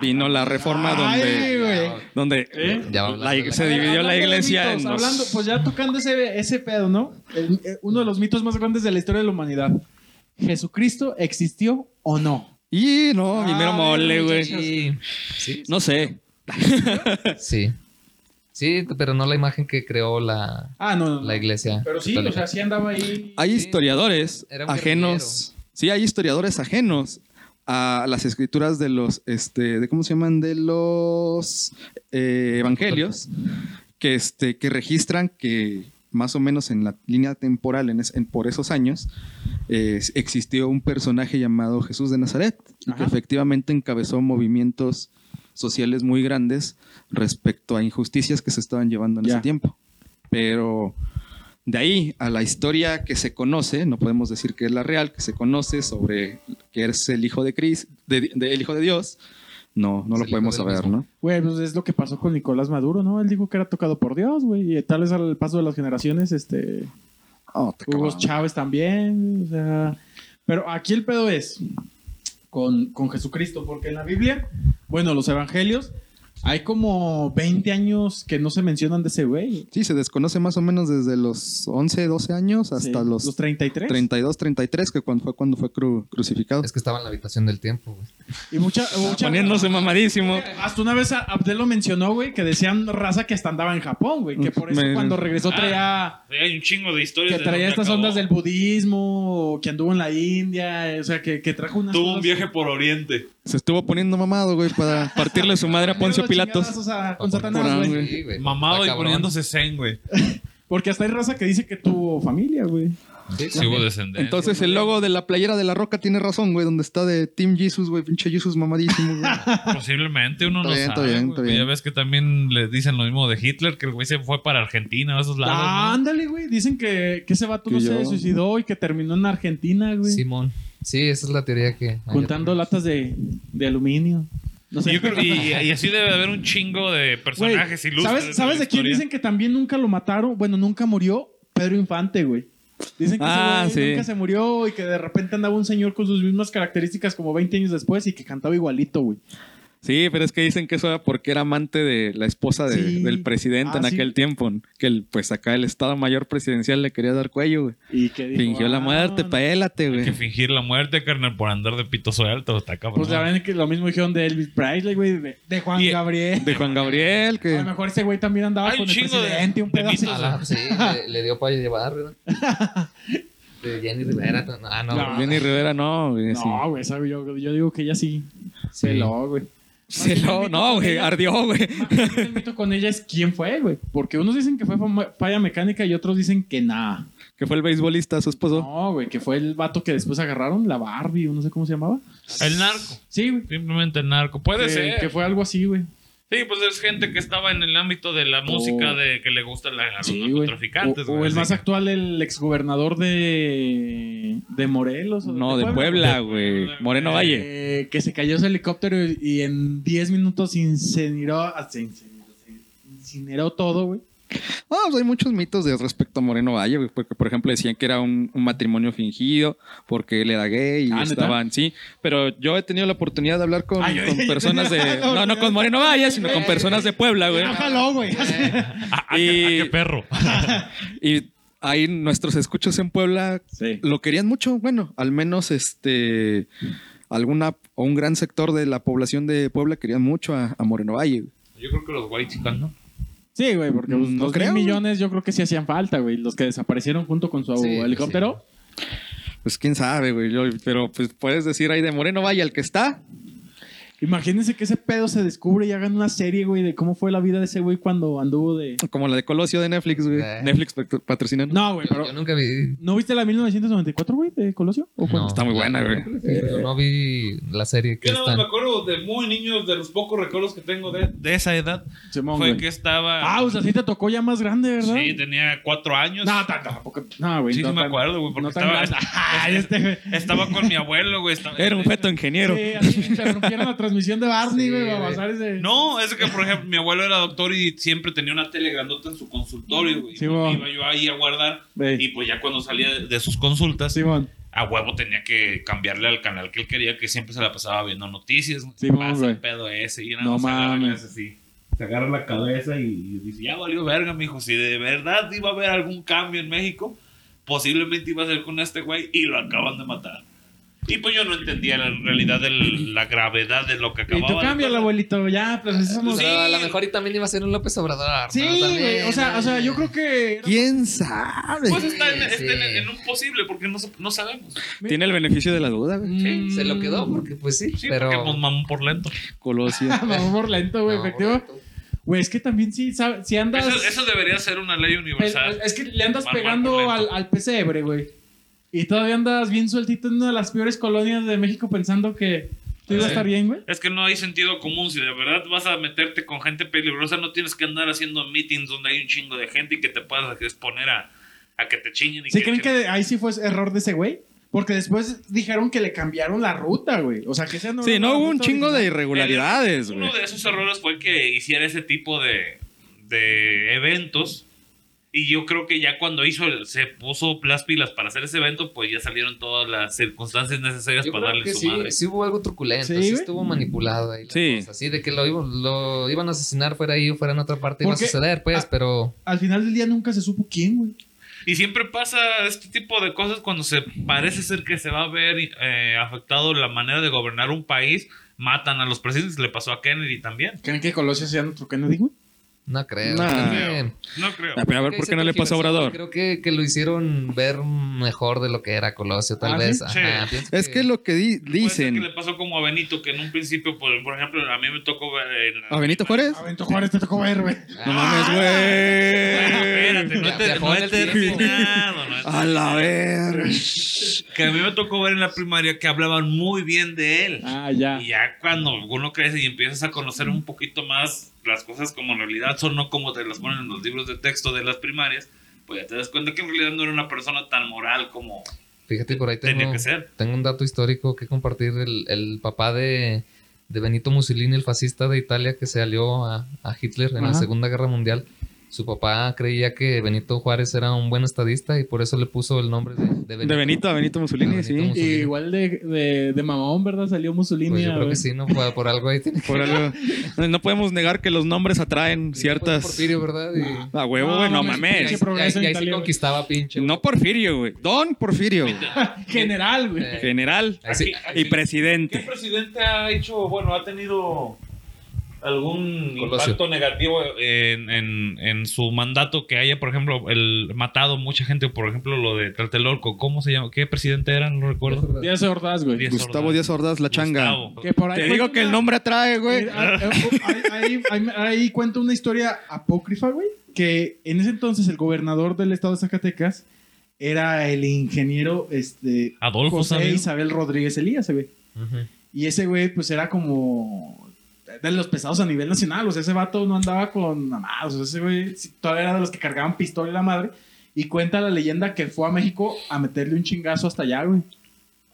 B: vino la reforma
D: Ay,
B: donde...
D: güey.
B: donde
D: ¿Eh?
E: Ya va a
B: la
E: hablar de
B: ig-
E: la-
B: se dividió
D: Hablando
B: la
D: de
B: iglesia
D: mitos,
B: en dos.
D: hablando, pues ya tocando ese, ese pedo, ¿no? El- eh, uno de los mitos más grandes de la historia de la humanidad. ¿Jesucristo existió o no?
B: Y no, mi mero
D: Ay,
B: mole, güey.
E: Sí, sí,
B: No sé.
E: sí. Sí, pero no la imagen que creó la,
D: Ah, no, no. no.
E: la iglesia.
D: Pero sí,
E: católica.
D: o sea, sí andaba ahí.
B: Hay
E: Sí.
B: historiadores
E: Era un
B: ajenos. Sí, hay historiadores ajenos a las escrituras de los, este, de cómo se llaman, de los eh, evangelios, que, este, que registran que más o menos en la línea temporal, en es- en- por esos años, eh, existió un personaje llamado Jesús de Nazaret, y que
D: Ajá.
B: efectivamente encabezó movimientos sociales muy grandes respecto a injusticias que se estaban llevando en
D: Ya.
B: ese tiempo. Pero de ahí a la historia que se conoce, no podemos decir que es la real, que se conoce sobre que es el hijo de Cris, de, de- el hijo de Dios, no, no
E: Es
B: lo
E: el
B: podemos
E: hijo del
B: saber,
E: mismo.
B: ¿no?
D: Güey, pues es lo que pasó con Nicolás Maduro, ¿no? Él dijo que era tocado por Dios, güey. Y tal vez al paso de las generaciones, este.
B: Oh, te
D: Hugo
B: cabrón.
D: Chávez también, o sea, pero aquí el pedo es con, con Jesucristo, porque en la Biblia, bueno, los evangelios, hay como 20 años que no se mencionan de ese güey.
B: Sí, se desconoce más o menos desde los 11, 12 años hasta
D: Sí,
B: los
D: 33.
B: 32, 33, que cuando fue cuando fue cru- crucificado.
E: Es que estaba en la habitación del tiempo, güey.
D: Y mucha,
C: Ah,
D: mucha-
B: mamadísimo.
D: Hasta una vez a- Abdel lo mencionó, güey, que decían raza que hasta andaba en Japón, güey, que por eso
B: Me-
D: cuando regresó traía...
C: Sí, Hay un chingo de historias.
D: Que
C: de
D: traía
C: dónde
D: estas
C: pues acabó.
D: ondas del budismo, o que anduvo en la India, eh, o sea, que, que trajo unas...
C: Tuvo un
D: cosas-
C: viaje por Oriente.
B: Se estuvo poniendo mamado, güey, para partirle su madre a Poncio
D: Chingadas,
B: Pilatos.
D: o sea, con Satanás, güey.
E: Sí, güey.
C: Mamado
E: Está
C: y
E: cabrón.
C: poniéndose zen, güey.
D: Porque hasta hay raza que dice que tuvo familia, güey.
E: Sí,
C: Sí hubo descendencia.
B: Entonces el logo de la playera de la roca tiene razón, güey, donde está de Team Jesus, güey, pinche Jesus mamadísimo, güey.
C: Posiblemente uno
B: Está
C: no
B: bien, está
C: sabe.
B: bien,
C: güey.
B: está bien.
C: Ya ves que también le dicen lo mismo de Hitler, que el güey se fue para Argentina, a esos lados.
D: Ah,
C: ¿no?
D: ándale, güey. Dicen que, que ese vato
B: Que
D: no
B: yo-
D: se suicidó y que terminó en Argentina, güey.
E: Simón. Sí, esa es la teoría que.
D: juntando latas de, de aluminio. No sé.
C: Yo creo- y, y así debe haber un chingo de
D: Güey,
C: personajes ilustres.
D: ¿Sabes, ¿sabes de quién dicen que también nunca lo mataron? Bueno, nunca murió Pedro Infante, güey. Dicen que ese
B: Ah,
D: güey
B: sí.
D: nunca se murió y que de repente andaba un señor con sus mismas características como 20 años después y que cantaba igualito, güey.
B: Sí, pero es que dicen que eso era porque era amante de la esposa de-
D: Sí.
B: del presidente
D: Ah,
B: en
D: sí.
B: aquel tiempo, que el, pues acá el Estado Mayor Presidencial le quería dar cuello, güey.
D: Y que dijo,
B: Fingió la
D: "Ah,
B: muerte,
D: no".
B: paélate,
C: Hay
B: güey.
C: que fingir la muerte, carnal, por andar de pito suelto. Está cabrón.
D: Pues la verdad es que lo mismo dijeron de Elvis Presley, güey, de, de Juan
C: Y-
D: Gabriel.
B: De Juan Gabriel,
D: A
B: que...
D: lo mejor ese güey también andaba
C: Hay un
D: con el
C: chingo de-
D: presidente, un
C: de
D: pedazo.
C: mitos.
E: Ah, sí, le, le dio para llevar, ¿verdad? De Jenny Rivera. no, Ah, no.
D: No.
B: Jenny Rivera no, güey. sí.
D: No, güey, esa güey, yo, yo digo que ella sí.
E: Sí.
D: Se lo, güey.
B: Se lo... No, güey, ardió, güey.
D: Más bien El mito con ella es quién fue, güey. Porque unos dicen que fue fama- falla mecánica y otros dicen que nada.
B: Que fue el beisbolista, su esposo.
D: No, güey, que fue el vato que después agarraron, la Barbie, o no sé cómo se llamaba.
C: El narco.
D: Sí, güey.
C: Simplemente el narco. Puede
D: Que,
C: ser.
D: que fue algo así, güey.
C: Sí, pues es gente que estaba en el ámbito de la música de que le gusta la- a los
D: Oh. Sí, güey.
C: narcotraficantes.
D: O, o
C: güey,
D: el
C: así
D: más
C: que-
D: actual, el exgobernador de, de Morelos. o
B: No, de Puebla, güey. Moreno Valle.
D: Eh, que se cayó su helicóptero y, y en 10 minutos incendió, ah, se incendió, se incineró todo, güey.
B: Ah, pues hay muchos mitos de respecto a Moreno Valle, güey, porque por ejemplo decían que era un, un matrimonio fingido, porque él era gay y
D: Ah, ¿neta?
B: estaban, sí, pero yo he tenido la oportunidad de hablar con,
D: Ah, yo-
B: con
D: yo-
B: personas de... No,
D: no,
B: no
D: no,
B: con Moreno Valle, sino con
E: Eh,
B: personas de Puebla, güey.
D: Bájalo, güey.
C: Ah, ah, qué- ah,
B: Y-
C: qué perro.
B: Y ahí nuestros escuchos en Puebla
D: Sí.
B: lo querían mucho, bueno, al menos este alguna o un gran sector de la población de Puebla querían mucho a, a Moreno Valle.
C: Yo creo que los guay chicas, ¿no?
D: Sí, güey, porque los
B: No
D: Mm, dos
B: creo.
D: mil millones yo creo que sí hacían falta, güey. Los que desaparecieron junto con su
E: Sí,
D: helicóptero.
B: Pues quién sabe, güey, yo- pero pues puedes decir ahí de Moreno Valle al que está.
D: Imagínense que ese pedo se descubre y hagan una serie, güey, de cómo fue la vida de ese güey cuando anduvo de.
B: Como la de Colosio de Netflix, güey.
E: Eh.
B: Netflix patro- patrocina.
D: No, güey,
E: Yo-
D: pero.
E: Yo nunca vi.
D: ¿No viste la 1994, güey, de Colosio? ¿O cuál?
E: no,
B: Está muy buena, güey.
E: Yo no vi la serie que
C: Yo no
E: están.
C: me acuerdo de muy niños, de los pocos recuerdos que tengo de, de esa edad.
D: Simón,
C: Fue
D: güey.
C: que estaba.
D: Ah, o sea, sí te tocó ya más grande, ¿verdad?
C: sí, tenía cuatro años.
D: No, ta- tampoco. No, güey.
C: Sí,
D: no
C: sí me
D: tan-
C: acuerdo, güey, porque
D: no tan
C: estaba-
D: grande. Ay, este, güey.
C: Estaba con mi abuelo, güey. estaba-
B: Era un feto ingeniero.
D: Sí, así interrumpieron la transmisión de Barney,
E: Sí,
D: güey, para
E: güey.
D: pasar ese.
C: No, es que, por ejemplo, mi abuelo era doctor y siempre tenía una tele grandota en su consultorio, güey.
D: Sí,
C: Entonces,
D: bo.
C: iba yo ahí a guardar.
D: Ve.
C: Y pues ya cuando salía de, de sus consultas,
D: Simón.
C: a huevo tenía que cambiarle al canal que él quería, que siempre se la pasaba viendo noticias.
D: Sí, bo,
C: Pasa
D: güey.
C: el pedo ese. Y
D: No
C: no
D: mames.
C: mames. Así. Se agarra la cabeza y, y dice, ya valió verga, mijo. Si de verdad iba a haber algún cambio en México, posiblemente iba a ser con este güey y lo acaban de matar. Y pues yo no entendía la- en realidad el- la gravedad de lo que
D: Y
C: acababa
D: tú
C: de
D: cámbialo,
C: pasar.
D: abuelito, ya, pues eso somos.
E: Pero a lo mejor y también iba a ser un López Obrador.
D: Sí,
E: ¿no? También,
D: güey. O sea, o sea, yo creo que.
B: ¿Quién sabe?
C: Pues está, en,
E: Sí,
C: está en-
E: sí.
C: en un posible, porque no, sa- no sabemos.
B: Tiene el beneficio de la duda, güey.
E: Mm, Se lo quedó porque, pues sí,
C: Sí,
E: pero.
C: porque nos mamón por lento.
B: Colosio.
D: Vamos por lento, güey,
E: No,
D: efectivo.
E: correcto.
D: Güey, es que también sí, sabe- si andas.
C: Eso, eso debería ser una ley
D: el-
C: universal.
D: es que le andas
C: Manuel
D: pegando al,
C: Correcto.
D: al pesebre, güey. Y todavía andas bien sueltito en una de las peores colonias de México pensando que tú ibas a
E: Sí.
D: estar bien, güey.
C: Es que no hay sentido común. Si de verdad vas a meterte con gente peligrosa, no tienes que andar haciendo meetings donde hay un chingo de gente y que te puedas exponer a, a que te chiñen. Y
D: ¿Sí creen que ahí sí fue error de ese güey? Porque después dijeron que le cambiaron la ruta, güey. O sea, que ese no
B: Sí,
D: era
B: no
D: la
B: hubo un
D: ruta
B: chingo de
D: original.
B: irregularidades, güey.
C: Uno de esos errores fue que hiciera ese tipo de, de eventos. Y yo creo que ya cuando hizo, el- se puso las pilas para hacer ese evento, pues ya salieron todas las circunstancias necesarias
E: Yo
C: para
E: creo
C: darle
E: que
C: su
E: sí,
C: madre.
E: sí hubo algo truculento,
D: Sí,
E: sí,
D: güey.
E: estuvo manipulado ahí.
B: Sí.
E: Sí. Así de que lo, iba- lo iban a asesinar fuera ahí o fuera en otra parte, iba a
D: Porque-
E: suceder, pues,
D: ah.
E: pero.
D: Al final del día nunca se supo quién, güey.
C: Y siempre pasa este tipo de cosas cuando se parece ser que se va a ver eh, afectado la manera de gobernar un país. Matan a los presidentes, le pasó a Kennedy también.
D: ¿Creen que Colosio sea nuestro Kennedy, güey?
E: No creo.
B: No.
E: Creo que-
C: No creo.
B: A ver, a ver,
E: creo que
B: ¿por
E: se
B: qué no le pasó a
E: tergiversó,
B: Obrador?
E: Creo que, que lo hicieron ver mejor de lo que era Colosio, tal
D: ¿Ah, sí?
E: vez.
C: Sí.
E: Ajá, pienso
B: Es que lo que di-
C: eh, Puede ser
B: dicen...
C: que le pasó como a Benito, que en un principio, por, por ejemplo, a mí me tocó ver. en la-
B: ¿A Benito Juárez?
D: Avento Juárez te tocó ver, güey.
E: Ah,
B: No mames, güey.
C: Espérate, no
E: Ya,
C: te-
E: viajó
C: no
E: en
C: he
E: el tiempo.
C: terminado. no he
B: A la verga.
C: Que a mí me tocó ver en la primaria que hablaban muy bien de él.
D: Ah, ya.
C: Y ya cuando uno crece y empiezas a conocer un poquito más las cosas como en realidad son, no como te las ponen en los libros de texto de las primarias, pues ya te das cuenta que en realidad no era una persona tan moral como
E: Fíjate, por ahí
C: tenía
E: tengo,
C: que ser.
E: tengo un dato histórico que compartir. El, el papá de, de Benito Mussolini, el fascista de Italia que se alió a, a Hitler en la
D: Ajá.
E: Segunda Guerra Mundial, su papá creía que Benito Juárez era un buen estadista y por eso le puso el nombre de, de Benito.
B: De Benito a Benito Mussolini,
E: A Benito
B: sí.
E: Mussolini.
D: Y igual de, de, de mamón, ¿verdad? Salió Mussolini.
E: Pues yo
D: a
E: creo que
D: ver.
E: sí, ¿no? Por, por algo ahí tiene que
B: Por algo. No podemos negar que los nombres atraen
E: Fue
B: ciertas.
E: pues, Porfirio, ¿verdad? Y,
B: A huevo,
D: No,
B: güey, no
D: mames,
E: y ahí,
B: mames.
D: pinche progreso
E: y ahí
D: en
E: sí
D: Italia,
E: conquistaba, pinche.
B: No Porfirio, güey. Don Porfirio, güey.
D: General, güey.
E: Eh,
B: general
E: ahí sí-
B: y
C: ¿Qué
B: presidente.
C: presidente ha hecho, bueno, ha tenido algún
E: Colosio.
C: impacto negativo en, en- en su mandato que haya, por ejemplo, el matado mucha gente, por ejemplo, lo de Tlatelolco, ¿cómo se llama? ¿Qué presidente era? No recuerdo.
D: Díaz de Ordaz, güey.
C: Díaz
B: Gustavo
C: Ordaz.
B: Díaz Ordaz, la changa.
C: Gustavo.
D: Que por ahí
B: Te
D: cuenta
B: digo que el
D: una-
B: nombre atrae, güey.
D: Mira, eh, eh, Ahí, ahí- ahí cuenta una historia apócrifa, güey. Que en ese entonces el gobernador del estado de Zacatecas era el ingeniero este,
C: Adolfo
D: José
C: Sabio.
D: Isabel Rodríguez Elías, güey.
E: Ujú.
D: Y ese güey, pues era como de los pesados a nivel nacional. O sea, ese vato no andaba con mamados. O sea, ese güey sí, todavía era de los que cargaban pistola y la madre. Y cuenta la leyenda que fue a México a meterle un chingazo hasta allá, güey.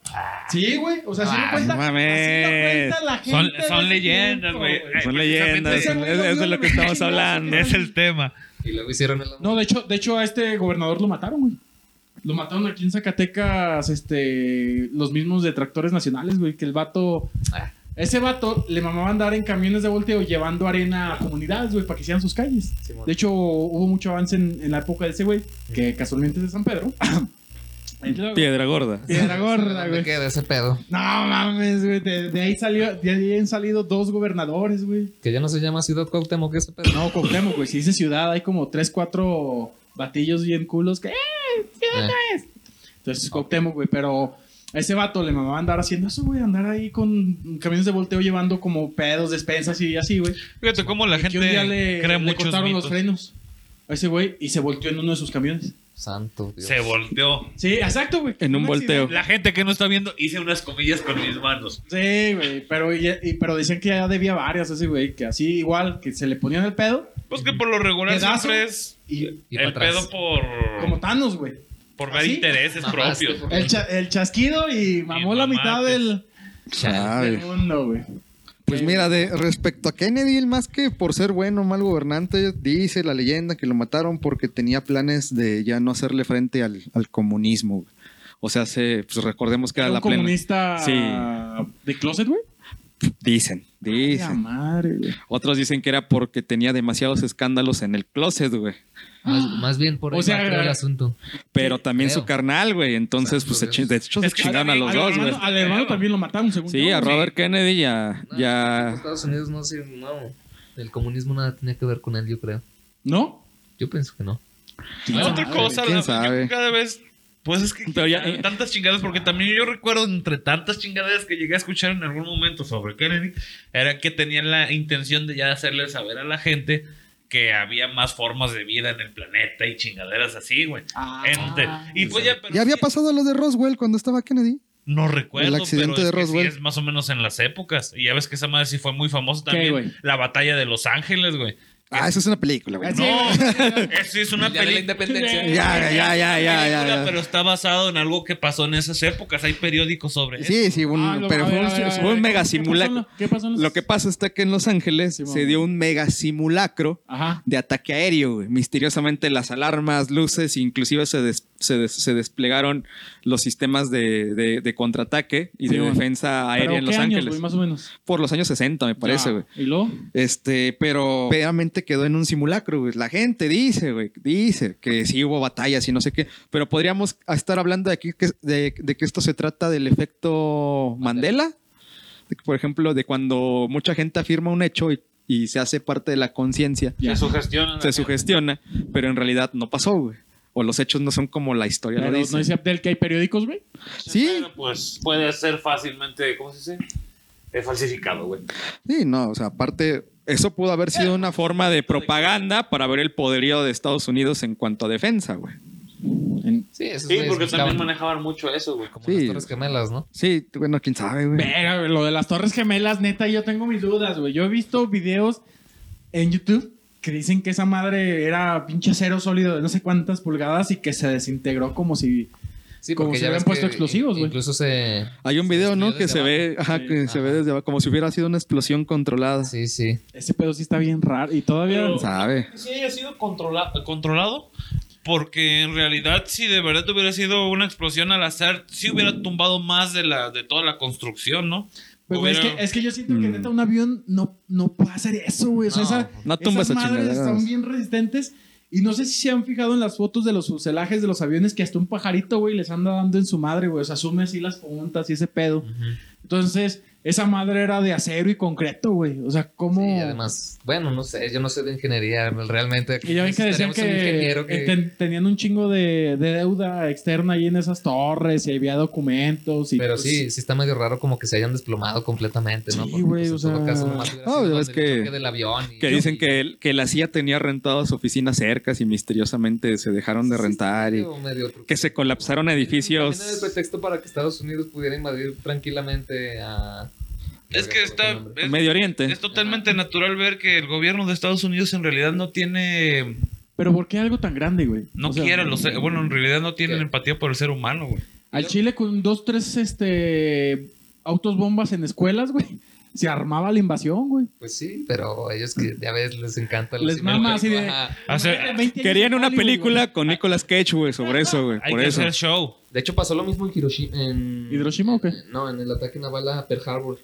C: Ah.
D: Sí, güey. O sea, sí
E: Ah,
D: lo cuenta.
B: no
D: así lo
B: mames.
D: cuenta la
C: Son,
D: gente de
C: son
D: ese
C: leyendas, güey.
D: tiempo,
C: Eh,
B: Son
C: precisamente
B: leyendas,
D: ese güey
B: es,
D: lo
B: es de
D: vio
B: lo que
D: en
B: estamos
D: México,
B: hablando.
D: güey.
C: Es el tema.
E: Y luego hicieron el amor.
D: No, de hecho, de hecho a este gobernador lo mataron, güey. Lo mataron aquí en Zacatecas, este, los mismos detractores nacionales, güey, que el vato...
E: Ah.
D: Ese vato le mamaba andar en camiones de volteo llevando arena a comunidades, güey, para que hicieran sus calles.
E: Simón.
D: De hecho, hubo mucho avance en, en la época de ese güey, que casualmente es de San Pedro. Piedra,
B: Piedra gorda.
D: gorda,
E: ¿Dónde
D: güey.
E: queda ese pedo?
D: No mames, güey. De, de ahí salió, de ahí han salido dos gobernadores, güey.
E: Que ya no se llama Ciudad Cuauhtémoc ese pedo.
D: No, Cuauhtémoc, güey. Si dice ciudad, hay como tres, cuatro batillos bien culos que. ¡Eh! ciudad
E: Eh.
D: no es! Entonces, Cuauhtémoc, güey, pero. a Ese vato le mamaba andar haciendo eso, güey, andar ahí con camiones de volteo llevando como pedos, despensas y así, güey.
C: Fíjate cómo la
D: Que
C: gente
D: un día le,
C: crea
D: le
C: muchos
D: cortaron
C: mitos.
D: los frenos a ese güey y se volteó en uno de sus camiones.
E: Santo Dios.
C: Se volteó.
D: Sí, exacto, güey.
B: En un volteo.
D: accidente.
C: La gente que no está viendo, hice unas comillas con mis manos.
D: Sí, güey, pero, ya- y- pero decían que ya debía varias a ese güey, que así igual, que se le ponían el pedo
C: Pues que por lo regular
D: Pedazo.
C: siempre es
D: y
E: Y pa'
C: el
E: atrás.
C: pedo por,
D: como Thanos, güey.
C: por ver
D: ¿Así?
C: intereses
E: Mamaste,
C: propios.
E: por-
D: El, cha- el chasquido y mamó la
C: mamates.
D: mitad del,
E: Chale.
D: del
B: Chale.
D: mundo, güey.
B: Pues mira, de respecto a Kennedy, el más que por ser bueno o mal gobernante, dice la leyenda que lo mataron porque tenía planes de ya no hacerle frente al, al comunismo. güey. O sea, se, pues recordemos que
D: Era
B: era
D: un
B: la plena.
D: comunista
B: Sí.
D: de closet, güey.
B: Dicen,
D: La
B: dicen.
D: madre, güey.
B: Otros dicen que era porque tenía demasiados escándalos en el closet, güey.
E: Más, más bien por
D: O
E: ahí
D: sea,
E: va, creo, el asunto.
B: Pero también
E: creo.
B: su carnal, güey. Entonces, pues se
E: Santo
B: chi- de hecho se
C: Es que
B: chingaron a
C: también-
B: los
D: Al,
B: dos, güey.
D: hermano, al hermano también lo mataron, según
B: Sí,
D: yo.
B: a Robert Kennedy ya,
E: No, en
B: ya
E: Estados Unidos no sé, no. El comunismo nada tenía que ver con él, yo creo.
D: ¿No?
E: Yo pienso que no.
C: Es
D: Ah,
C: otra
D: madre.
C: cosa,
B: ¿quién
C: la-
B: sabe?
C: yo cada vez. Pues es que
B: Pero ya- eh.
C: tantas chingadas, porque también yo recuerdo entre tantas chingadas que llegué a escuchar en algún momento sobre Kennedy, era que tenían la intención de ya hacerle saber a la gente que había más formas de vida en el planeta y chingaderas así, güey.
D: Ah,
C: Ente- y pues ya, pero
B: Ya había
C: sí,
B: pasado lo de Roswell cuando estaba Kennedy.
C: No recuerdo.
B: el accidente
C: pero es
B: de
C: que sí
B: Roswell.
C: es más o menos en las épocas. Y ya ves que esa madre sí fue muy famosa
D: ¿Qué,
C: también.
D: güey?
C: la batalla de Los Ángeles, güey.
B: Ah, eso es una película, güey.
D: Eh, Sí,
C: No,
D: güey.
C: eso es una
E: El día de la
C: película.
E: independencia.
B: Ya, ya, ya, ya, ya, ya.
C: película, Pero está basado en algo que pasó en esas épocas. Hay periódicos sobre eso.
B: Sí, sí, un-
D: Ah, lo-
B: pero
D: a ver,
B: fue un,
D: a ver, a
B: fue
D: ver,
B: un mega
D: ¿qué
B: simulacro.
D: pasó en- ¿Qué pasó en los-
B: Lo que pasa está que en Los Ángeles
D: Sí,
B: se
D: mamá.
B: dio un mega simulacro
D: Ajá.
B: de ataque aéreo. güey. Misteriosamente las alarmas, luces, inclusive se, des- se, des- se desplegaron los sistemas de, de- de contraataque y
D: Sí,
B: de
D: mamá.
B: defensa aérea
D: ¿Pero
B: en Los
D: qué años,
B: Ángeles.
D: güey, más o menos.
B: por los años 60, me parece,
D: Ya.
B: güey.
D: ¿Y luego?
B: Este, pero realmente quedó en un simulacro, güey. La gente dice, güey, dice que sí hubo batallas y no sé qué, pero podríamos estar hablando de aquí que, de, de que esto se trata del efecto Mandela, De que, por ejemplo, de cuando mucha gente afirma un hecho y, y se hace parte de la conciencia,
D: Ya.
C: Se sugestiona.
B: se sugestiona, pero en realidad no pasó, güey. O los hechos no son como la historia
D: Pero
B: lo
D: no
B: dice.
D: dice Abdel que hay periódicos, güey.
B: Sí,
C: pues puede ser fácilmente, ¿cómo se dice? Eh, falsificado, güey.
B: sí, no, o sea, aparte, eso pudo haber sido una forma de propaganda para ver el poderío de Estados Unidos en cuanto a defensa, güey.
E: Sí, esos
C: Sí,
E: güeyes
C: porque
E: buscaban
C: también manejaban mucho eso, güey.
E: como
B: Sí.
E: las Torres Gemelas, ¿no?
B: Sí, bueno, quién sabe, güey.
D: Verga, güey, lo de las Torres Gemelas, neta, yo tengo mis dudas, güey. Yo he visto videos en YouTube que dicen que esa madre era pinche acero sólido de no sé cuántas pulgadas y que se desintegró como si.
E: Sí,
D: Como
E: porque
D: si
E: ya
D: habían
E: ves
D: puesto
E: que
D: explosivos, güey.
E: Incluso se...
B: Hay un
E: se
B: video, ¿no?
E: desvió
B: Que
E: desde
B: se ve,
E: abajo.
B: ajá,
D: Sí,
B: que se
E: ajá.
B: ve desde abajo, como si hubiera sido una explosión controlada.
E: Sí, sí.
D: Ese pedo sí está bien raro. Y todavía.
C: Pero-
B: ¿Quién sabe?
C: Sí, haya sido controla- controlado. Porque en realidad, si de verdad hubiera sido una explosión al azar, sí hubiera tumbado más de, la, de toda la construcción, ¿no?
B: Pues,
D: Pero, güey, es,
C: Hubiera-
D: que, es que yo siento que
B: Mm.
D: neta un avión no, no puede hacer eso, güey. O sea,
E: No.
D: Pues esa-
B: No tumba
D: esas
B: esa
D: madres
B: chingadera.
D: están bien resistentes. Y no sé si se han fijado en las fotos de los fuselajes de los aviones que hasta un pajarito, güey, les anda dando en su madre, güey. O sea, asume así las puntas y ese pedo. Entonces, esa madre era de acero y concreto, güey. O sea, ¿cómo...?
E: Sí, además, bueno, no sé, yo no sé de ingeniería realmente.
D: Y ya ven que decían
E: Necesitaríamos un
D: que,
E: ingeniero que-
D: ten- tenían un chingo de, de deuda externa ahí en esas torres y había documentos y...
E: Pero
D: pues,
E: sí, sí está medio raro como que se hayan desplomado completamente, ¿no?
D: Sí,
E: Porque,
D: güey,
E: pues, en
D: o sea-
E: todo caso, nomás hubiera
B: No,
E: sido
B: ya
E: con
B: ves
E: el
B: que-
E: choque del avión. y-
B: Que dicen que, el- que la CIA tenía rentadas oficinas cercas y misteriosamente se dejaron de
E: Sí, sí,
B: rentar y
E: medio- medio truqueado.
B: que se colapsaron
E: También era el
B: edificios.
E: pretexto para que Estados Unidos pudiera invadir tranquilamente a...
C: Es que está.
E: Nombre.
C: es-
B: En Medio Oriente.
C: Es totalmente natural ver que el gobierno de Estados Unidos en realidad no tiene.
D: Pero ¿por qué algo tan grande, güey?
C: No
D: O sea,
C: quiere a los. ser- Bueno, en realidad no tienen
E: ¿Qué?
C: empatía por el ser humano, güey.
D: Al Chile con dos, tres, este... Autos bombas en escuelas, güey. se armaba la invasión, güey.
E: Pues sí, pero ellos que ya ves, les encanta el
D: Les mama así de-
E: Ajá.
F: Hacer-
D: Imagínate, 20 años
F: querían
D: en
F: una
D: Hollywood,
F: película
D: güey.
F: con Nicolas Cage, güey, sobre eso, güey. Hay Por que eso. hacer show.
E: De hecho, pasó lo mismo en Hiroshima. En,
D: ¿Hiroshima o qué?
E: No, en el ataque naval a Pearl Harbor.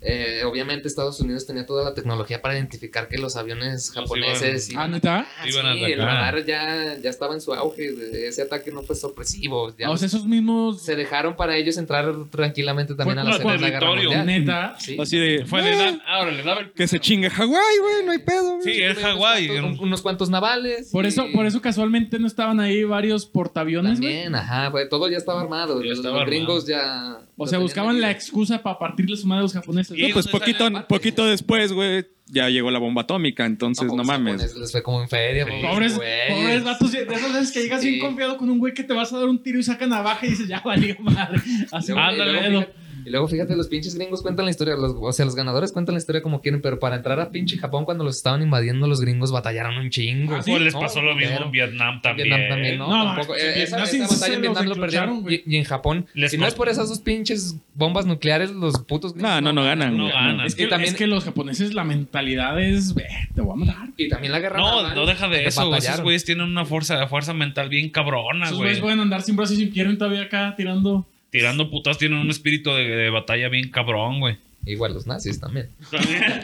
E: Eh, obviamente, Estados Unidos tenía toda la tecnología para identificar que los aviones japoneses.
D: Ah,
E: iban-
D: neta.
E: Ah,
C: iban a
E: sí, el
C: atacar.
E: radar ya, ya estaba en su auge. de- Ese ataque no fue sorpresivo. ya
D: Ah, o sea, esos mismos.
E: se dejaron para ellos entrar tranquilamente también
D: Fue
E: a la
C: todo
E: Segunda Guerra
C: territorio.
E: Mundial.
D: Neta.
E: Sí.
F: Así de.
C: Fue de Dan- Eh, ahora le daba el
F: Que se chingue Hawái, güey, no hay pedo. güey.
C: Sí, es
E: Unos
C: Hawái.
E: cuantos- un-
C: en-
E: unos cuantos navales.
D: Por
E: y-
D: eso, por eso casualmente no estaban ahí varios portaaviones, güey.
E: También, ajá, güey, todo ya estaba armado.
C: Ya
E: los,
C: estaba
E: los gringos ya.
D: O
E: lo
D: sea,
E: tenían
D: buscaban la
E: medido.
D: excusa para partirle su madre a los japoneses.
C: Y-
F: No, pues
C: ¿dónde
F: poquito,
C: sale la parte?
F: poquito después, güey, ya llegó la bomba atómica, entonces no,
E: pues,
F: mames.
E: japoneses Les fue como en feria,
C: Sí.
D: Pobres,
E: güeyes.
D: pobres vatos, de esas veces que llegas
E: Sí.
D: bien confiado con un güey que te vas a dar un tiro y saca navaja y dices, ya valió madre. Así,
E: Luego- y luego
D: ándale,
E: fíjate- Y luego fíjate, los pinches gringos cuentan la historia, los- o sea, los ganadores cuentan la historia como quieren, pero para entrar a pinche Japón cuando los estaban invadiendo, los gringos batallaron un chingo.
D: Ah,
C: Pues les
E: No,
C: pasó lo mismo
E: pero-
C: en Vietnam
E: en
C: también.
E: Vietnam también, ¿no?
D: No,
E: Tampoco.
D: en
E: Eh, esa,
D: Vietnam sí
E: esa
D: se
E: batalla
D: los
E: en Vietnam lo
D: enclocharon,
E: perdieron.
D: güey.
E: Y, y en Japón,
C: Les
E: si no es
C: cost-
E: por esas dos pinches bombas nucleares, los putos gringos
F: No, no, no ganan.
C: No
F: güey.
C: ganan.
D: Es que,
E: Y también-
D: es que los japoneses la mentalidad es, "Ve, te voy a matar.
E: Y también la guerra.
C: No,
E: naval,
C: no deja de
E: que
C: eso. güey. Esos
E: batallaron.
C: güeyes tienen una fuerza, fuerza mental bien cabrona,
E: Ah,
D: Esos
C: güey.
D: güeyes pueden andar sin brazos y sin pierna y todavía acá tirando.
C: Tirando putas tienen un espíritu de, de batalla bien cabrón, güey.
E: Igual los nazis también.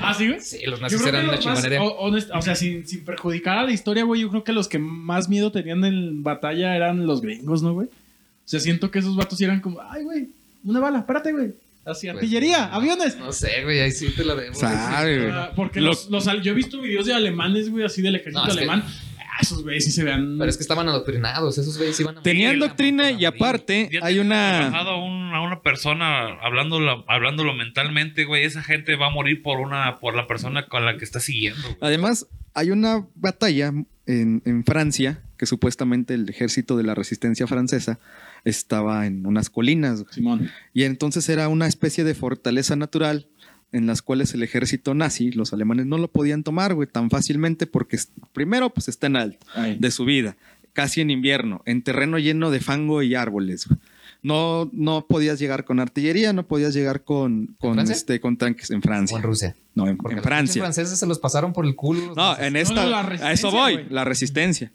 D: Ah, sí, güey.
E: Sí, los
D: Yo
E: nazis
D: creo que
E: eran una
D: los más,
E: chingonería.
D: o- honest- o sea, sin, sin perjudicar a la historia, güey, yo creo que los que más miedo tenían en batalla eran los gringos, ¿no, güey? O sea, siento que esos vatos sí eran como, ay, güey, una bala, espérate, güey. Así,
E: Pues,
D: artillería, aviones.
E: No sé, güey, ahí pues, sí te la debo.
F: Sabe, güey.
D: Ah, porque
F: Lo-
D: los, los al- yo he visto videos de alemanes, güey, así del ejército
E: No, es que-
D: alemán. Ah, esos güeyes sí se vean.
E: Pero es que estaban adoctrinados, esos güeyes iban a
F: Tenían
E: morir,
F: doctrina
E: iban a
F: y
E: morir.
F: aparte
C: Ya
F: hay
C: te-
F: una...
C: Bajado a, un- a una persona hablándolo, hablándolo mentalmente, güey. Esa gente va a morir por una, por la persona con la que está siguiendo, güey.
B: Además, hay una batalla en, en Francia que supuestamente el ejército de la resistencia francesa estaba en unas colinas güey.
D: Simón.
B: y entonces era una especie de fortaleza natural en las cuales el ejército nazi, los alemanes no lo podían tomar, güey, tan fácilmente porque es- primero pues está en alto
D: Ay.
B: de subida, casi en invierno, en terreno lleno de fango y árboles. güey. No, no podías llegar con artillería, no podías llegar con, con,
E: Francia?
B: este, con tanques en
E: O en
B: Francia.
E: Rusia.
B: No, en,
E: Porque
B: en
E: los pinches
B: Francia.
E: franceses se los pasaron por el culo. los
B: No,
E: nazis.
B: en
D: No,
B: esta.
D: no, la
B: a eso
D: resistencia,
B: voy,
D: güey.
B: la resistencia.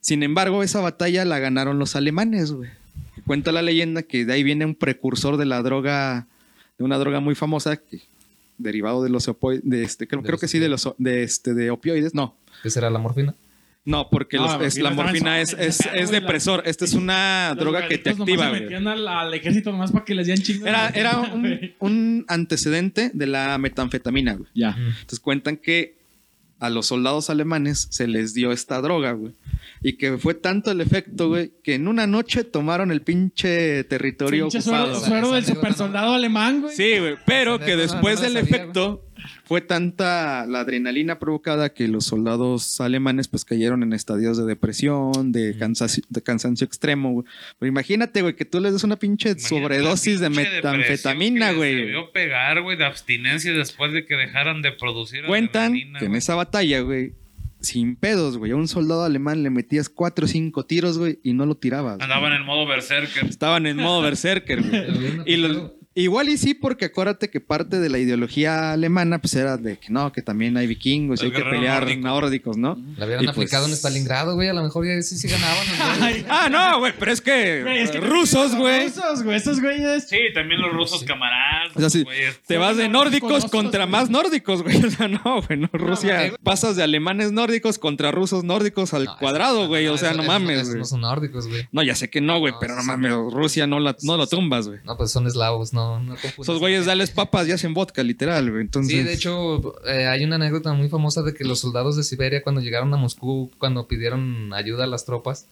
B: Sin embargo, esa batalla la ganaron los alemanes, güey. Cuenta la leyenda que de ahí viene un precursor de la droga, de una droga muy famosa, que, derivado de los opioides, de este, creo,
E: De
B: creo
E: los
B: que sí, de los o- de este, de opioides. No,
E: ¿Qué será la morfina?
B: no, porque
D: No,
B: los-
D: la
B: es, la
D: morfina
B: morfina es,
D: está-
B: es,
D: está-
B: es
D: güey, la-
B: depresor. Esta es una
D: Los
B: droga que te
D: drogadictos nomás
B: activa,
D: Se
B: güey.
D: metían al, al ejército nomás para que les dieran chingos.
B: Era, era un, un antecedente de la metanfetamina, güey.
D: Ya.
B: Entonces cuentan que a los soldados alemanes se les dio esta droga, güey. Y que fue tanto el efecto, güey, que en una noche tomaron el pinche territorio
D: Pinche suero,
B: ocupado.
E: suerte.
D: suero del
E: Esa anécdota
D: super soldado alemán, güey.
F: Sí, güey, pero
E: Esa
F: que
E: neta no-
F: después
E: no me
F: del
E: la sabía,
F: efecto...
B: Fue tanta la adrenalina provocada que los soldados alemanes pues cayeron en estadios de depresión, de cansancio, de cansancio extremo, güey. Pero imagínate, güey, que tú les des una pinche
C: Imagínate
B: sobredosis
C: la
B: de
C: pinche depresión
B: metanfetamina,
C: que
B: güey.
C: Les debió pegar, güey, de abstinencia después de que dejaran de producir
B: Cuentan
C: adrenalina,
B: que en
C: güey.
B: esa batalla, güey, sin pedos, güey, a un soldado alemán le metías cuatro o cinco tiros, güey, y no lo tirabas. güey.
C: Andaban en modo berserker.
F: Estaban en modo berserker, güey. Y los-
B: Igual y sí, porque acuérdate que parte de la ideología alemana pues era de que no, que también hay vikingos y
C: El
B: hay que
C: guerrero
B: pelear
C: nórdico.
B: nórdicos, ¿no?
E: La hubieran
B: Y pues-
E: aplicado en Stalingrado, güey. A lo mejor ya sí, sí ganaban. ¿no?
F: Ah, no, güey, pero es que...
D: Güey, es que-
F: rusos, güey.
D: Rusos, güey. Esos güeyes.
C: Sí, también los rusos camaradas.
B: O sea, sí.
C: güey,
F: Te vas de
D: Son
F: nórdicos
D: nórdicos,
F: contra
D: güey.
F: más nórdicos, güey. O sea, no, güey, no,
E: mames,
F: Rusia.
E: güey.
F: Pasas de alemanes nórdicos contra rusos nórdicos al
E: No,
F: cuadrado,
E: eso-
F: güey. O sea,
E: eso-
F: no
E: eso-
F: mames,
E: esos
F: güey.
E: No son nórdicos, güey.
F: No, ya sé que no, güey,
E: No,
F: pero no
E: sí,
F: mames, Rusia no la, no la tumbas, güey.
E: No, pues son eslavos, no. no confundas
B: Esos
E: a
B: güeyes
E: la
B: dales papas y hacen vodka, literal, güey. Entonces,
E: Sí, de hecho, eh, hay una anécdota muy famosa de que los soldados de Siberia, cuando llegaron a Moscú, cuando pidieron ayuda a las tropas,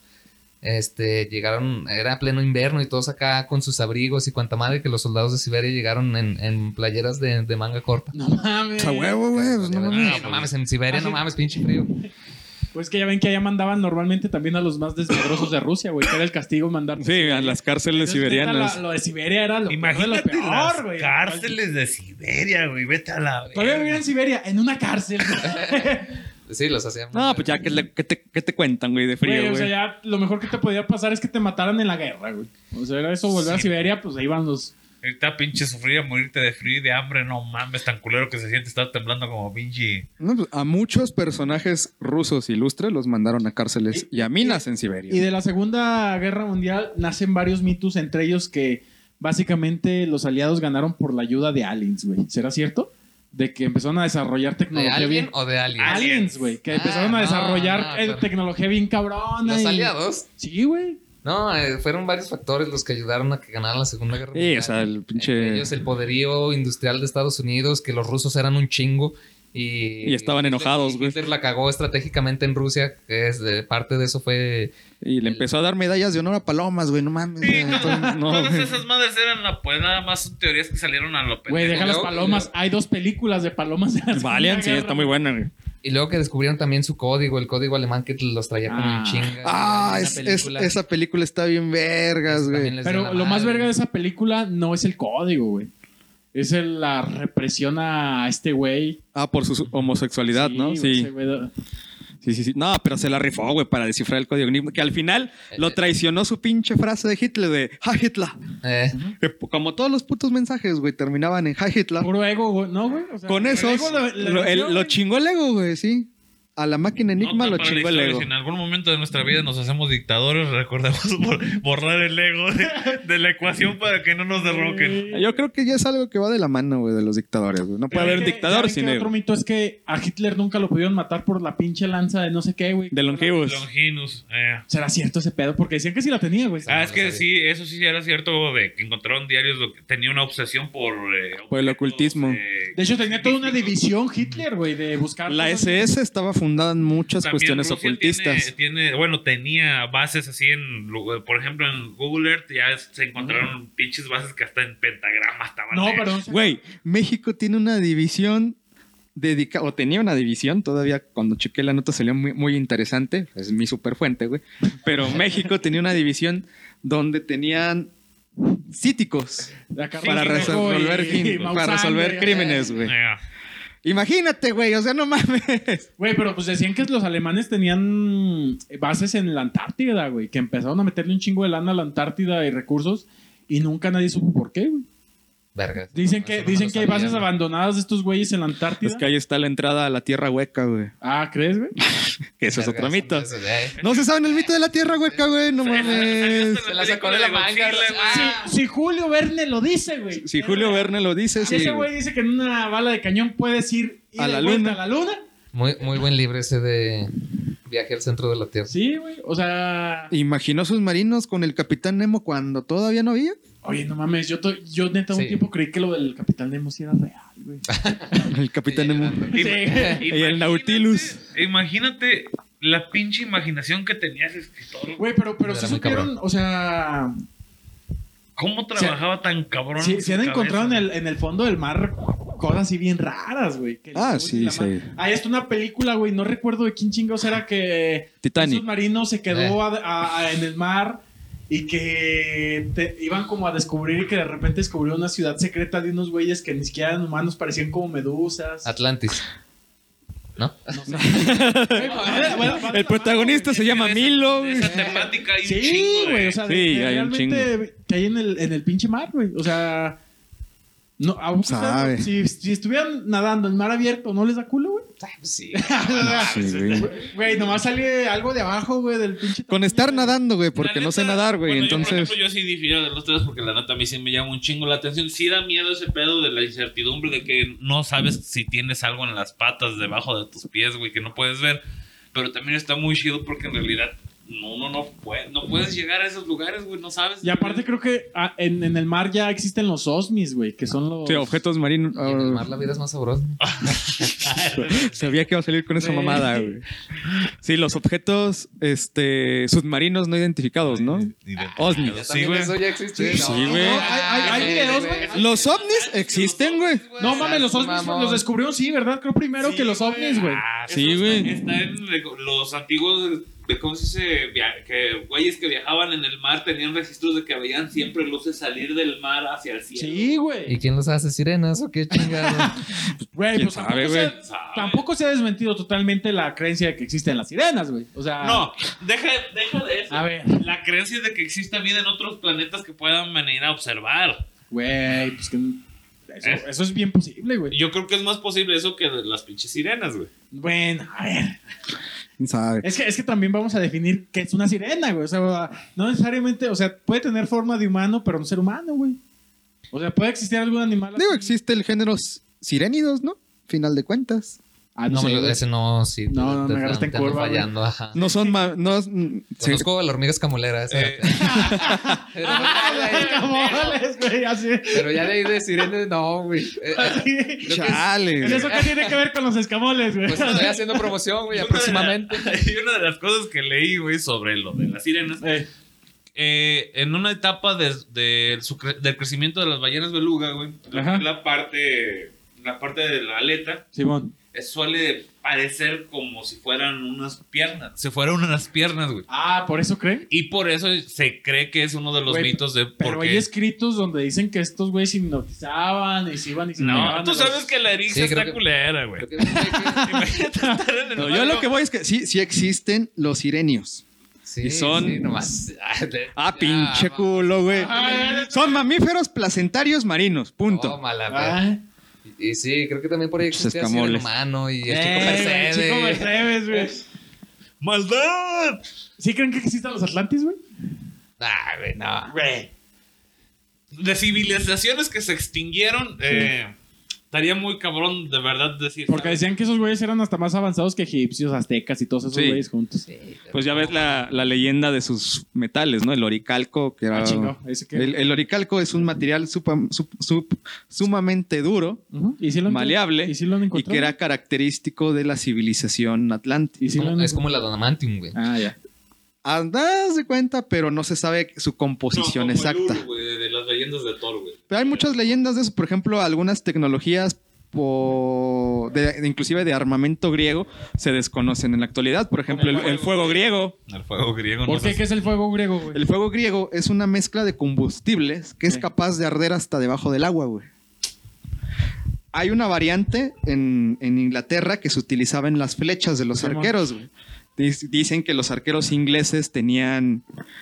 E: este, llegaron, era pleno invierno y todos acá con sus abrigos y cuanta madre, que los soldados de Siberia llegaron en, en playeras de, de manga corta.
D: No mames.
B: a huevo, güey. pues, no
E: no,
B: mames.
E: mames, en Siberia,
F: Ah,
E: no
D: Así-
E: mames, pinche frío.
D: Pues que ya ven que allá mandaban normalmente también a los más desmadrosos de Rusia, güey. Que era el castigo mandar.
F: Sí, a las cárceles
D: Entonces, neta,
F: siberianas.
D: la- lo de Siberia era lo peor de lo
C: Imagínate
D: peor,
C: las
D: güey.
C: cárceles de Siberia, güey. Vete a la.
D: Todavía
C: verga.
D: vivir en Siberia, en una cárcel.
E: Sí, los hacían.
F: No, pues ya, ¿qué, le- qué te, qué te cuentan, güey, de
D: Güey,
F: frío,
D: o sea,
F: güey?
D: ya lo mejor que te podía pasar es que te mataran en la guerra, güey. O sea, era eso, volver a Siberia, pues ahí van los
C: Ahorita pinche sufrir a morirte de frío y de hambre, no mames, tan culero que se siente estar temblando como pinche.
B: No, pues, a muchos personajes rusos ilustres los mandaron a cárceles y, a minas en Siberia.
D: Y de la Segunda Guerra Mundial nacen varios mitos, entre ellos que básicamente los aliados ganaron por la ayuda de aliens, güey. ¿Será cierto? De que empezaron a desarrollar
E: ¿De
D: tecnología
E: alguien
D: bien.
E: o de alguien?
D: Aliens, güey. Que
E: Ah,
D: empezaron a
E: no,
D: desarrollar
E: no,
D: eh,
E: pero-
D: tecnología bien cabrona.
E: ¿Los
D: y-
E: aliados?
D: Sí, güey.
E: No, eh, fueron varios factores los que ayudaron a que ganara la Segunda Guerra
F: Sí, o sea, el pinche-
E: Entre ellos el poderío industrial de Estados Unidos, que los rusos eran un chingo. Y,
F: Y estaban
E: Hitler-
F: enojados, güey.
E: Hitler la cagó estratégicamente en Rusia. que es de- parte de eso fue.
F: Y le empezó a dar medallas de honor a palomas, güey. No mames.
C: Sí,
F: güey.
C: todas,
F: No,
C: todas
F: güey.
C: esas madres eran la- pues nada más son teorías que salieron a
F: Pues
C: lo
D: Güey, deja
E: luego-
D: las palomas. Hay dos películas de palomas. de la Segunda
F: Valiant, sí,
D: Guerra.
F: está muy buena, güey.
E: Y luego que descubrieron también su código, el código alemán que los traía como
D: Ah.
E: un chinga.
B: Ah,
E: Hay una
B: es- es-
E: película
B: esa película está bien vergas,
E: que
B: güey.
E: también les dio
D: Pero
E: la
D: lo más
E: madre.
D: verga de esa película no es el código, güey. Es el- la represión a este güey.
F: Ah, por su homosexualidad,
D: Sí,
F: ¿no?
D: güey,
F: Sí.
D: ese güey da-
F: Sí, sí, sí. No, pero se la rifó, güey, para descifrar el código Enigma. Que al final
E: Eh,
F: lo traicionó su pinche frase de Hitler de ¡Ja, Hitler!
E: Eh,
B: Que p- Como todos los putos mensajes, güey, terminaban en Hi Hitler.
D: Puro ego, güey. No, güey. O sea,
F: Con
D: el
F: esos,
D: ego de- la
F: lo, el-
D: nación,
F: lo
D: güey.
F: chingó el ego, güey, sí.
B: A la máquina Enigma
C: Nota
B: lo
C: para la
B: chingó el
C: historia,
B: ego.
C: Si en algún momento de nuestra vida nos hacemos dictadores, recordemos bor- borrar el ego de, de la ecuación para que no nos derroquen.
B: Yo creo que ya es algo que va de la mano, güey, de los dictadores, güey. No
F: Puede
B: puede
F: haber
D: ¿Saben
F: un
D: qué-
F: dictador
D: saben
F: sin
D: qué Otro
F: ego.
D: mito es que a Hitler nunca lo pudieron matar por la pinche lanza de no sé qué, güey.
F: De Longibus.
C: Longinus. eh.
D: ¿Será cierto ese pedo? Porque decían que sí la tenía, güey.
C: Ah, es
E: no
C: que
E: sabía.
C: sí, eso sí era cierto de que encontraron diarios lo que tenía una obsesión por... eh,
F: Por el
C: objetos,
F: ocultismo.
C: eh,
D: De hecho, tenía toda una
C: místicos.
D: división Hitler, güey, de buscar.
F: La
D: cosas-
F: SS estaba fundada en muchas
C: También
F: cuestiones
C: Rusia
F: ocultistas.
C: Tiene, tiene- bueno, tenía bases así en, lu- por ejemplo, en Google Earth ya se encontraron pinches bases que hasta en pentagrama estaban.
D: No,
C: hechas.
D: pero. no sé-
F: Güey, México tiene una división dedicada, o tenía una división, todavía cuando chequé la nota salió muy, muy interesante, es mi super fuente, güey. Pero México tenía una división donde tenían cíticos
D: Acá
F: para
D: Rodrigo y-
F: resolver,
D: y
F: crim- para
D: Maussan,
F: resolver
D: güey.
F: crímenes, güey.
C: Eh,
F: Imagínate, güey, o sea, no mames.
D: Güey, pero pues decían que los alemanes tenían bases en la Antártida, güey. Que empezaron a meterle un chingo de lana a la Antártida y recursos. Y nunca nadie supo por qué, güey.
E: verga.
D: Dicen
E: Eso
D: que,
E: no me
D: dicen
E: lo
D: que hay
E: sabía,
D: bases
E: ¿no?
D: abandonadas de estos güeyes en la Antártida.
F: Es que ahí está la entrada a la tierra hueca, güey.
D: Ah, ¿crees, güey?
F: Que eso es
E: Verga,
F: otro mito.
E: eso, eh.
F: No se saben el mito de la tierra hueca, güey, no mames.
E: Se la sacó de la manga.
C: Godzilla, güey.
E: Ah.
D: Si Julio Verne lo dice, güey.
F: Si Julio Verne lo
C: Ah,
F: dice,
D: Si
F: sí.
D: ese güey dice que en una bala de cañón puedes ir y
F: A
D: de
F: la
D: vuelta
F: luna.
D: a la luna.
E: Muy, muy buen libro ese de Viaje al centro de la Tierra.
D: Sí, güey. O sea.
B: Imaginó submarinos con el Capitán Nemo cuando todavía no había.
D: Oye, no mames. Yo, to- yo neta un
E: Sí.
D: tiempo creí que lo del Capital Nemo sí era real, güey.
F: El capitán Nemo.
D: Sí.
C: Ima-
F: Y el
C: imagínate-
F: Nautilus.
C: Imagínate la pinche imaginación que tenías escritor.
D: Güey, pero, pero
E: Era
D: sí
E: muy
D: supieron,
E: cabrón.
D: o sea,
C: ¿Cómo trabajaba tan cabrón?
D: sí,
C: en
D: se
C: su
D: han encontrado en
C: cabeza?
D: el, en el fondo del mar cosas así bien raras, güey. que el
B: Ah,
D: sol y
B: sí,
D: la
B: sí.
D: mar- Ahí está una película, güey, no recuerdo de quién chingados era que un
F: Titanic.
D: submarino se
E: Eh.
D: quedó a- a- a- en el mar y que te- iban como a descubrir y que de repente descubrió una ciudad secreta de unos güeyes que ni siquiera eran humanos, parecían como medusas.
B: Ah.
E: Atlantis. ¿No?
D: Güey, bueno, bueno, bueno,
F: El protagonista se llama
C: De esa-
F: Milo,
C: de
F: güey.
C: Esa temática hay un
D: Sí,
C: chingo,
D: güey,
C: güey.
D: o sea,
F: Sí,
D: de- de
F: hay un
D: realmente que hay en el, en el pinche mar, güey. O sea, no, a un-
B: Sabe.
D: si, si estuvieran nadando en mar abierto, ¿no les da culo, güey?
E: Ah, pues sí.
B: Sí, güey.
D: Güey, nomás sale algo de abajo, güey, del pinche...
B: Con estar nadando, güey,
C: La
B: porque
C: neta,
B: no sé nadar, güey.
C: bueno, yo, por
B: entonces,
C: ejemplo, yo sí difiero de los tres porque la neta a mí sí me llama un chingo la atención. Sí da miedo ese pedo de la incertidumbre de que no sabes si tienes algo en las patas debajo de tus pies, güey, que no puedes ver. Pero también está muy chido porque en realidad no, no, no, puede- no puedes llegar a esos lugares, güey, no sabes.
D: Y aparte creo que ah, en, en el mar ya existen los osnis, güey, que son los...
F: Sí, objetos marinos.
B: oh,
D: Ah.
E: Y en el mar la vida es más sabrosa.
F: Ah, Sabía que iba a salir con esa
D: Güey.
F: mamada, güey. Sí, los objetos este, submarinos no identificados, ¿no? Osni.
E: Ya
F: Sí,
E: también
F: güey.
E: Eso ya existe.
F: Sí, sí, güey.
D: hay- hay- hay videos, güey.
F: Los ovnis existen, güey.
D: No mames, los osnis
E: Mamón.
D: los descubrieron, sí, ¿verdad? Creo primero
C: Sí,
D: que los ovnis, güey.
C: Ah,
F: Sí,
C: eso
F: güey.
C: Está, está en rec- los antiguos, de, ¿cómo se dice? Via- que güeyes que viajaban en el mar tenían registros de que veían siempre luces salir del mar hacia el cielo.
D: Sí, güey.
E: ¿Y quién los hace? ¿Sirenas o qué chingado?
D: Güey,
F: ¿Quién
D: pues tampoco,
F: sabe, güey?
D: se,
C: ¿Sabe?
D: tampoco se ha desmentido totalmente la creencia de que existen las sirenas, güey. O sea...
C: No, deja, deja de eso.
D: A ver.
C: La creencia de que exista vida en otros planetas que puedan venir a observar.
D: Güey, pues que. Eso, eso es bien posible, güey.
C: Yo creo que es más posible eso que de las pinches sirenas, güey.
D: Bueno, a ver.
B: ¿Quién sabe?
D: Es que, es que también vamos a definir qué es una sirena, güey. O sea, no necesariamente. O sea, puede tener forma de humano, pero no ser humano, güey. O sea, puede existir algún animal.
B: Digo,
D: así?
B: existe el género s- sirénidos, ¿no? Final de cuentas.
D: Ah,
E: no,
D: sé,
E: me lo
D: güey.
E: ese no, sí.
D: No, no, me
E: te- te-
D: agarraste en
E: te ando
D: curva, güey.
E: fallando, ajá.
B: No son ma- no es- mm, sí.
E: Conozco a la hormiga escamolera. esa.
C: Eh.
E: pero,
D: Ah, los escamoles, güey, así.
E: pero ya de ahí de sirena, no, güey. Eh, eh,
D: así.
E: creo que es-
B: Chale.
D: ¿Y eso qué tiene que ver con los escamoles, güey?
E: pues estoy haciendo promoción, güey,
C: Y una
E: aproximadamente.
C: de la- y una de las cosas que leí, güey, sobre lo de las sirenas.
D: Eh.
C: eh, en una etapa de, de su cre- del crecimiento de las ballenas beluga, güey, lo que
D: Ajá.
C: es la parte, la parte de la aleta
D: Simón.
C: eh, suele parecer como si fueran unas piernas. Se fueran unas piernas, güey.
D: Ah, ¿por eso creen?
C: Y por eso se cree que es uno de los
D: Güey,
C: mitos de
D: Pero
C: por qué-
D: hay escritos donde dicen que estos güeyes se hipnotizaban y se iban y se
C: No,
D: pegaban
C: tú
D: a los-
C: sabes que la eriza
E: Sí, creo
C: está
E: que-
C: culera, güey.
E: Creo que- que-
C: Imagínate estar en el
B: No, yo
C: barrio.
B: lo que voy es que sí, sí existen los sirenios.
E: Sí,
B: Y son-
E: sí, nomás. Ah, de-
B: Ah, pinche
E: va.
B: culo, güey.
D: Ah,
B: Son mamíferos placentarios marinos,
F: Oh.
B: punto.
E: Tómala, güey.
D: Ah,
E: Y, y sí, creo que también por ahí
B: Muchos
E: existía el ser
B: escamoles.
E: humano y el
D: eh,
E: chico
D: güey,
E: Mercedes.
D: Chico Mercedes, güey.
C: ¡Maldad!
D: ¿Sí creen que existan los Atlantis, güey?
E: Ah, güey, no.
C: De civilizaciones que se extinguieron, eh, estaría muy cabrón de verdad decir.
D: Porque
C: ¿sabes?
D: decían que esos güeyes eran hasta más avanzados que egipcios, aztecas y todos esos
F: Sí.
D: güeyes juntos.
F: Pues ya ves la, la leyenda de sus metales, ¿no? El oricalco, que era...
D: Ah, chingo. Ese que...
B: El, el oricalco es un material supa- sup- sup- sumamente duro
D: Ujú. ¿Y si lo han-
B: Maleable
D: ¿Y si lo han
B: y
D: encontrado?
B: que era característico de la civilización atlántica.
D: ¿Y si
E: Es
D: lo han
E: como, es como
D: encontrado?
E: el adamantium, güey.
D: Ah, ya.
B: Andás de cuenta, pero no se sabe su
C: No,
B: composición
C: como el
B: exacta.
C: Uru, güey, de las leyendas de Thor, güey.
B: Pero hay muchas leyendas de eso, por ejemplo, algunas tecnologías po- de- de- inclusive de armamento griego se desconocen en la actualidad. Por ejemplo, el, el fuego griego.
C: El fuego griego.
D: ¿Por qué? ¿Qué es el fuego griego, güey?
B: El fuego griego es una mezcla de combustibles que es
D: Sí.
B: capaz de arder hasta debajo del agua, güey. Hay una variante en, en Inglaterra que se utilizaba en las flechas de los
D: Simón.
B: arqueros, güey. Dic- Dicen que los arqueros ingleses tenían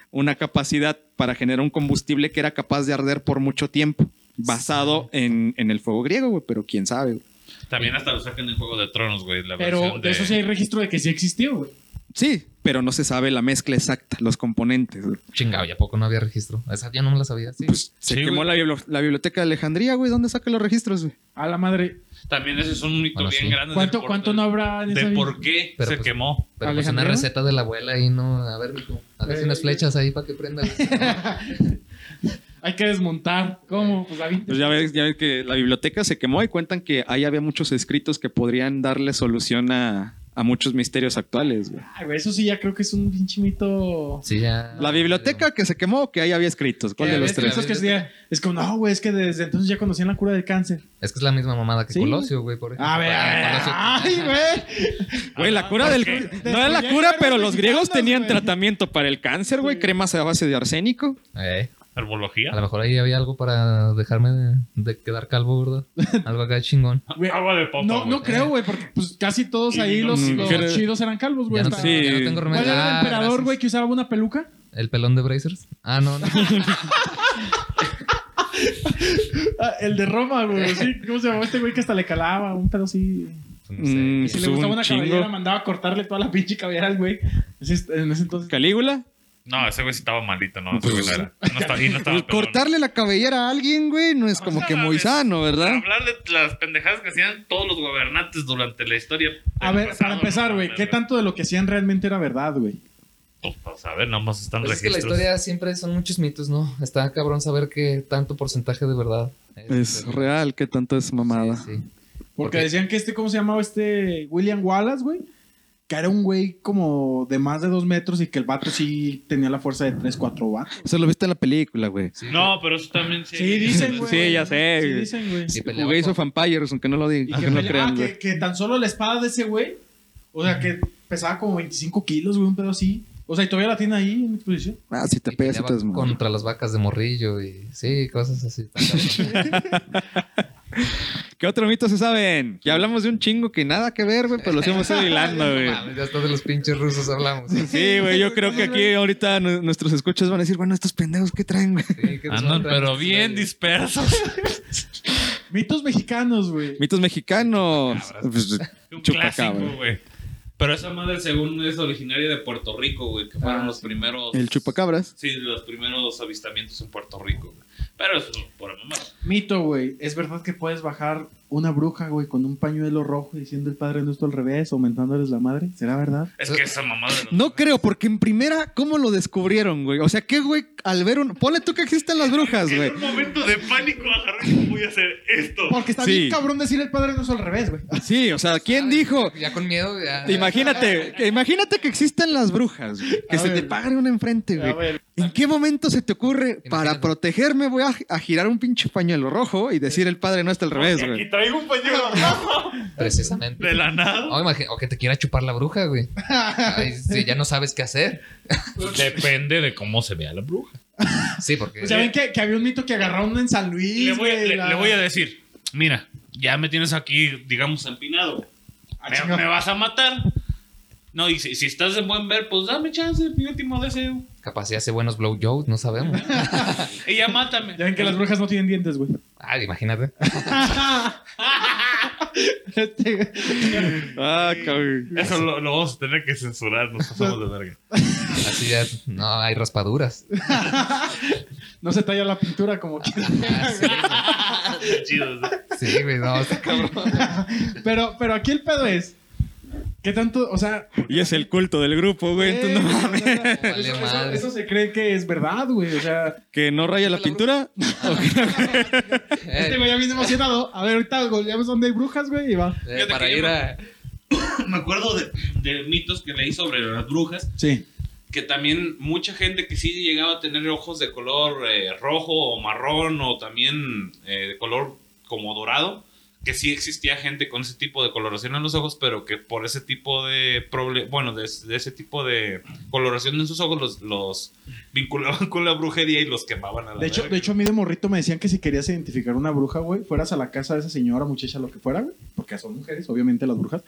B: una capacidad para generar un combustible que era capaz de arder por mucho tiempo, basado en, en el fuego griego, güey, pero quién sabe. güey.
C: También hasta lo sacan en Juego de Tronos, güey. La
D: Pero
C: versión
D: de
C: de
D: eso sí hay registro de que sí existió, güey.
B: Sí, pero no se sabe la mezcla exacta, los componentes. güey.
E: Chingado, ¿y a poco no había registro? Esa ya no me la sabía, sí.
B: Pues se
C: Sí,
B: quemó la,
F: Ah,
B: bibli- la biblioteca de Alejandría, güey, ¿dónde saca los registros, güey?
D: A la madre.
C: También ese es un mito
E: Bueno,
C: bien
E: sí.
C: grande. de
D: ¿Cuánto,
C: por-
D: cuánto no habrá en
C: De
D: esa
C: por qué
E: Pero
C: se
E: pues-
C: quemó.
E: Pero pues una
D: ¿Alejandría? Eh.
E: receta de la abuela ahí, ¿no? A ver, mijo, a ver si unas flechas ahí para que prenda. güey.
D: Hay que desmontar. ¿Cómo? Pues la
F: Pues ya ves, ya ves que la biblioteca se quemó y cuentan que ahí había muchos escritos que podrían darle solución a, a muchos misterios actuales. güey.
D: Ay, güey, eso sí ya creo que es un pinche mito.
E: Sí, ya.
B: La biblioteca Ah, que se quemó, o que ahí había escritos. ¿Cuál
D: Que
B: de los
D: ves que
B: tres?
D: esos que es, de- es como, no, güey, es que desde entonces ya conocían la cura del cáncer.
E: Es que es la misma mamada que
D: Sí.
E: Colosio, güey, por ejemplo.
D: A ver, a ver.
E: Colosio-
D: Ay, güey.
F: Güey, la cura del. No era la cura, pero los griegos tenían tratamiento para el cáncer, güey. Cremas a base de arsénico.
E: Eh, a
C: Herbología.
E: lo mejor ahí había algo para dejarme de, de quedar calvo, ¿verdad? Algo acá chingón.
D: Güey,
C: Agua de popa.
D: No, no
C: güey.
D: creo, güey, porque pues casi todos
C: Y
D: ahí los,
F: no-
D: los
F: Creo-
D: chidos eran calvos, güey.
E: Ya no,
D: hasta-
E: tengo- ya no
F: Sí.
E: tengo remedio.
D: Pues ¿Cuál era el
E: Ah,
D: emperador,
E: gracias.
D: güey, que usaba una peluca?
E: ¿El pelón de Brazers? Ah, no, no.
D: Ah, el de Roma, güey. Sí, ¿cómo se llamaba este güey que hasta le calaba? Un pedo así.
E: No sé.
F: Mm,
D: Si le
F: Estuvo
D: gustaba
F: un
D: una
F: chingo.
D: cabellera, mandaba a cortarle toda la pinche cabellera al güey. Ese es- este, En ese entonces.
F: Calígula.
C: No, ese güey sí estaba malito, no.
D: Pues,
C: Ese güey no era. No estaba, y no estaba
B: Pues,
C: pelón.
B: cortarle la cabellera a alguien, güey, no es como que muy sano, ¿verdad?
C: Hablar de las pendejadas que hacían todos los gobernantes durante la historia.
D: A
C: del
D: ver,
C: pasado,
D: para empezar,
C: no
D: güey,
C: mames,
D: ¿qué tanto de lo que hacían realmente era verdad, güey?
C: Pues, pues, a ver, nada más están
E: Pues es que la
C: registros.
E: historia siempre son muchos mitos, ¿no? Está cabrón saber qué tanto porcentaje de verdad
B: Es
F: Ah,
B: real, que tanto es mamada.
E: Sí, sí.
D: Porque
E: Ok.
D: decían que este, ¿cómo se llamaba este? William Wallace, güey. Que era un güey como de más de dos metros y que el vato sí tenía la fuerza de tres, cuatro vatos.
B: Eso lo viste en la película, güey.
E: Sí,
C: No, pero eso también sí.
D: Sí, dicen, güey.
F: Sí, ya sé,
D: Sí,
F: güey.
D: dicen, güey.
E: Sí, peleaba
B: Jugué
E: con-
B: hizo Vampires, aunque no lo
D: Y
B: digan,
D: que,
B: aunque no
D: pelea- ah,
B: crean,
D: que-
B: güey.
D: que tan solo la espada de ese güey, o sea, que pesaba como 25 kilos, güey, un pedo así. O sea, y todavía la tiene ahí en exposición.
B: Ah, si te
E: y
B: pegas, si te
E: peleaba
B: desmayas.
E: contra las vacas de morrillo y sí, cosas así. tan cabrón.
F: ¿Qué otro mito se saben? Ya hablamos de un chingo que nada que ver, güey, pero los hemos ido hilando, güey.
E: Ya hasta de los pinches rusos hablamos. Sí,
F: Sí, güey, yo creo que aquí ahorita nu- nuestros escuchas van a decir, bueno, estos pendejos, ¿qué traen, güey?
E: que nos
C: Andan
E: mandan-
C: Ah, pero bien dispersos.
D: Mitos mexicanos, güey.
F: Mitos mexicanos. Pues,
C: Un
F: Chupacabra.
C: clásico, güey. Pero esa madre, según es originaria de Puerto Rico, güey, que fueron los primeros.
F: el chupacabras.
C: Sí, los primeros avistamientos en Puerto Rico, güey. Pero eso, por mamá.
D: Mito, güey. ¿Es verdad que puedes bajar una bruja, güey, con un pañuelo rojo diciendo el Padre Nuestro al revés, aumentándoles la madre? ¿Será verdad?
C: Es que esa mamá de los-
F: No creo, porque en primera, ¿cómo lo descubrieron, güey? O sea, ¿qué, güey? Al ver un... Ponle tú que existen las brujas,
C: En
F: güey.
C: un momento de pánico agarré y voy a hacer esto.
D: Porque está
F: Sí.
D: bien cabrón decir el Padre Nuestro al revés, güey.
F: Sí, o sea, ¿quién dijo?
E: Ya con miedo, ya.
F: Imagínate, que- imagínate que existan las brujas, güey, que
D: A
F: se te
D: ver.
F: paguen un enfrente,
D: A
F: güey.
D: ver.
F: ¿En qué momento se te ocurre, para
E: Imagínate.
F: protegerme, voy a, a girar un pinche pañuelo rojo y decir el padre no está al revés,
C: Y
F: güey?
C: aquí traigo un pañuelo rojo
E: Precisamente.
C: de la nada.
E: No, imagi- o que te quiera chupar la bruja, güey. Ay, sí, ya no sabes qué hacer.
C: Depende de cómo se vea la bruja.
E: Sí, porque.
C: Pues
D: ¿Ya ven que, que había un mito que agarraron en San Luis?
C: Le voy,
D: güey,
C: le-
D: la-
C: le voy a decir, mira, ya me tienes aquí, digamos, empinado.
D: Ah,
C: Me,
D: chinga.
C: me vas a matar. No, y si, si estás de buen ver, pues dame chance, mi último deseo.
E: Capaz ya hace buenos blowjobs, no sabemos.
C: Y ya mátame.
D: Ya ven que las brujas no tienen dientes, güey.
E: Ah, imagínate.
D: Este-
F: Ah, cabrón.
C: Eso lo, lo vamos a tener que censurar, nos pasamos de verga.
E: Así ya no hay raspaduras.
D: no se talla la pintura como quiera.
C: Está chido, ¿sí?
E: Sí, güey, no, está cabrón.
D: Pero, pero aquí el pedo es. ¿Qué tanto? O sea.
F: Y es el culto del grupo, güey.
D: eh,
F: entonces, no-
D: o sea, eso-
E: Vale
D: eso-
E: madre.
D: eso se cree que es verdad, güey. O sea.
F: que no raya la pintura.
C: Eh.
D: Este güey ya bien emocionado. A ver, ahorita goleamos donde hay brujas, güey, y va.
E: Eh, para ir a.
C: Me acuerdo de, de mitos que leí sobre las brujas,
D: Sí.
C: que también mucha gente que sí llegaba a tener ojos de color eh, rojo o marrón o también eh, de color como dorado, que sí existía gente con ese tipo de coloración en los ojos, pero que por ese tipo de proble- bueno, de, de ese tipo de coloración en sus ojos los, los vinculaban con la brujería y los quemaban a la
D: De hecho,
C: verga.
D: de hecho, a mí de morrito me decían que si querías identificar una bruja, güey, fueras a la casa de esa señora, muchacha, lo que fuera, güey, porque son mujeres, obviamente las brujas,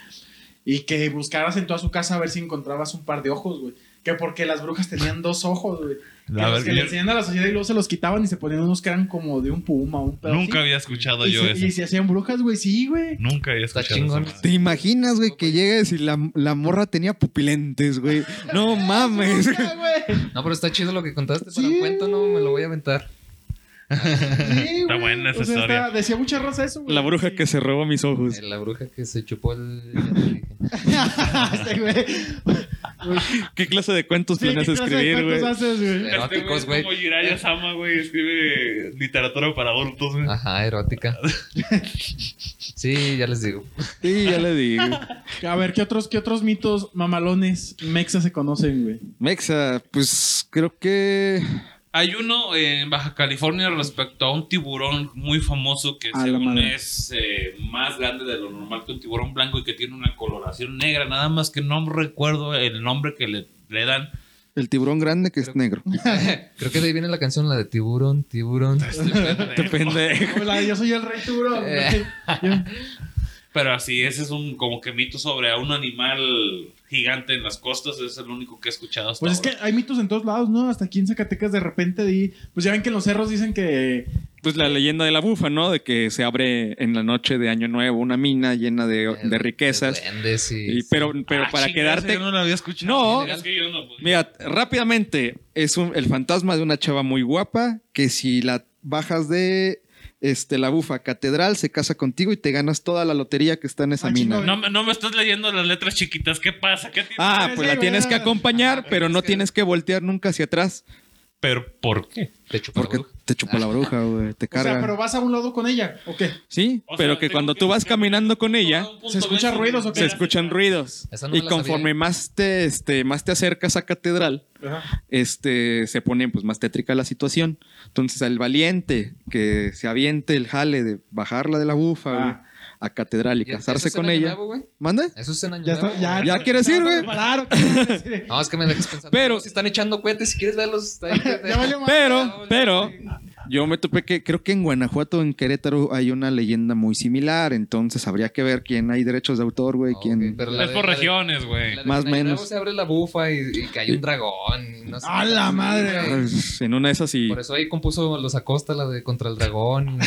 D: y que buscaras en toda su casa a ver si encontrabas un par de ojos, güey. Que porque las brujas tenían dos ojos, güey. Que
C: La
D: los que
C: verga.
D: le enseñan a la sociedad y luego se los quitaban y se ponían unos que eran como de un puma, un pedo.
C: Nunca
D: así.
C: había escuchado
D: y
C: yo
D: se,
C: eso.
D: y se hacían brujas, güey, sí, güey.
C: Nunca había
E: Está
C: escuchado
E: chingón.
C: esa madre.
F: ¿Te imaginas, güey, que llegues y la, la morra tenía pupilentes, güey? No mames.
D: Ah, güey.
E: No, pero está chido lo que contaste para
D: Sí.
E: un cuento, no me lo voy a aventar.
D: Sí,
C: Está
D: güey.
C: buena esa
D: O sea,
C: historia.
D: está- decía mucha raza eso, güey.
F: La bruja que se robó mis ojos.
D: Pues-
E: Eh, La bruja que se chupó el. ya te dije.
D: Este, güey.
F: ¿Qué clase de cuentos
D: Sí,
F: planeas
D: ¿qué clase de
F: escribir,
D: cuentos
F: güey?
D: haces, güey?
E: Eróticos,
C: Este güey.
E: güey.
C: es Como Jiraiya Sama, güey, escribe literatura para adultos, güey.
E: Ajá, erótica. Sí, ya les digo.
F: Sí, ya le digo.
D: A ver, ¿qué otros, ¿qué otros mitos mamalones mexas se conocen, güey?
F: Mexa, pues creo que.
C: Hay uno en Baja California respecto a un tiburón muy famoso que
D: A la
C: según
D: madre.
C: es eh, más grande de lo normal que un tiburón blanco y que tiene una coloración negra, nada más que no recuerdo el nombre que le, le dan.
F: El tiburón grande que es negro.
E: Creo que de ahí viene la canción, la de tiburón, tiburón.
C: Este, eh,
F: Depende.
D: Hola, yo soy el rey tiburón. güey.
E: Eh.
D: Yo-
C: Pero así, ese es un como que mito sobre a un animal gigante en las costas, es el único que he escuchado hasta
D: Pues es
C: ahora.
D: que hay mitos en todos lados, ¿no? Hasta aquí en Zacatecas de repente di... Pues ya ven que en los cerros dicen que...
F: Pues la leyenda de la bufa, ¿no? De que se abre en la noche de Año Nuevo una mina llena de, de riquezas.
E: duendes y-
F: Y- pero pero
C: Ah, chinga,
F: para
C: ese
F: quedarte.
C: yo no lo había escuchado.
F: No.
C: Es que yo no pues, podía.
F: Mira, rápidamente, es un- el fantasma de una chava muy guapa que si la bajas de este, la bufa catedral se casa contigo y te ganas toda la lotería que está en esa
D: Ah,
F: mina.
D: chingo.
C: No, me- no me estás leyendo las letras chiquitas. ¿Qué pasa? ¿Qué tiene?
F: Ah, pues
D: Sí,
F: la
D: güey.
F: tienes que
C: Ah,
F: acompañar, pero no tienes que voltear nunca hacia atrás
C: ¿Pero por qué?
E: Te chupó la
F: porque
E: bruja.
F: te chupa la bruja, güey, te
D: O sea, pero
F: carga.
D: vas a un lado con ella, ¿o qué?
F: Sí,
C: O sea,
F: pero que
C: tengo
F: cuando
C: que
F: tú vas
C: buscar
F: caminando con ella,
C: todo un punto
D: ¿Se escuchan
C: de-
D: ruidos o qué?
F: se escuchan ruidos
E: Esa no me
F: y
E: la
F: conforme
E: sabía.
F: más te este más te acercas a catedral,
D: Ajá.
F: este, se pone pues, más tétrica la situación. Entonces, al valiente que se aviente el jale de bajarla de la bufa
D: Ah.
F: güey, a catedral y
E: ¿Y eso
F: casarse
E: es en
F: con
E: Año
F: ella.
E: Nuevo, güey?
F: ¿Manda?
E: Eso es en año
D: Ya está,
E: Nuevo,
D: ya.
E: güey.
F: ¿Ya quieres ir, güey?
D: Claro.
E: No, es que me dejes pensando.
F: Pero-
E: si están echando cohetes, si quieres verlos, está ahí.
D: Ya valió madre.
F: Pero, pero, Yo me topé que creo que en Guanajuato, en Querétaro, hay una leyenda muy similar. Entonces habría que ver quién hay derechos de autor, güey.
E: Ok,
F: quién...
E: pero la
C: Es
E: de-
C: por
E: la de-
C: regiones, güey.
E: la de
F: Más o
E: Nairabo
F: menos.
E: se abre la bufa y, y cae un dragón. y no sé
D: ¡A
E: qué.
D: la madre!
E: Sí, güey.
F: Pues, En una de esas y...
E: Por eso ahí compuso los Acosta, la de Contra el Dragón.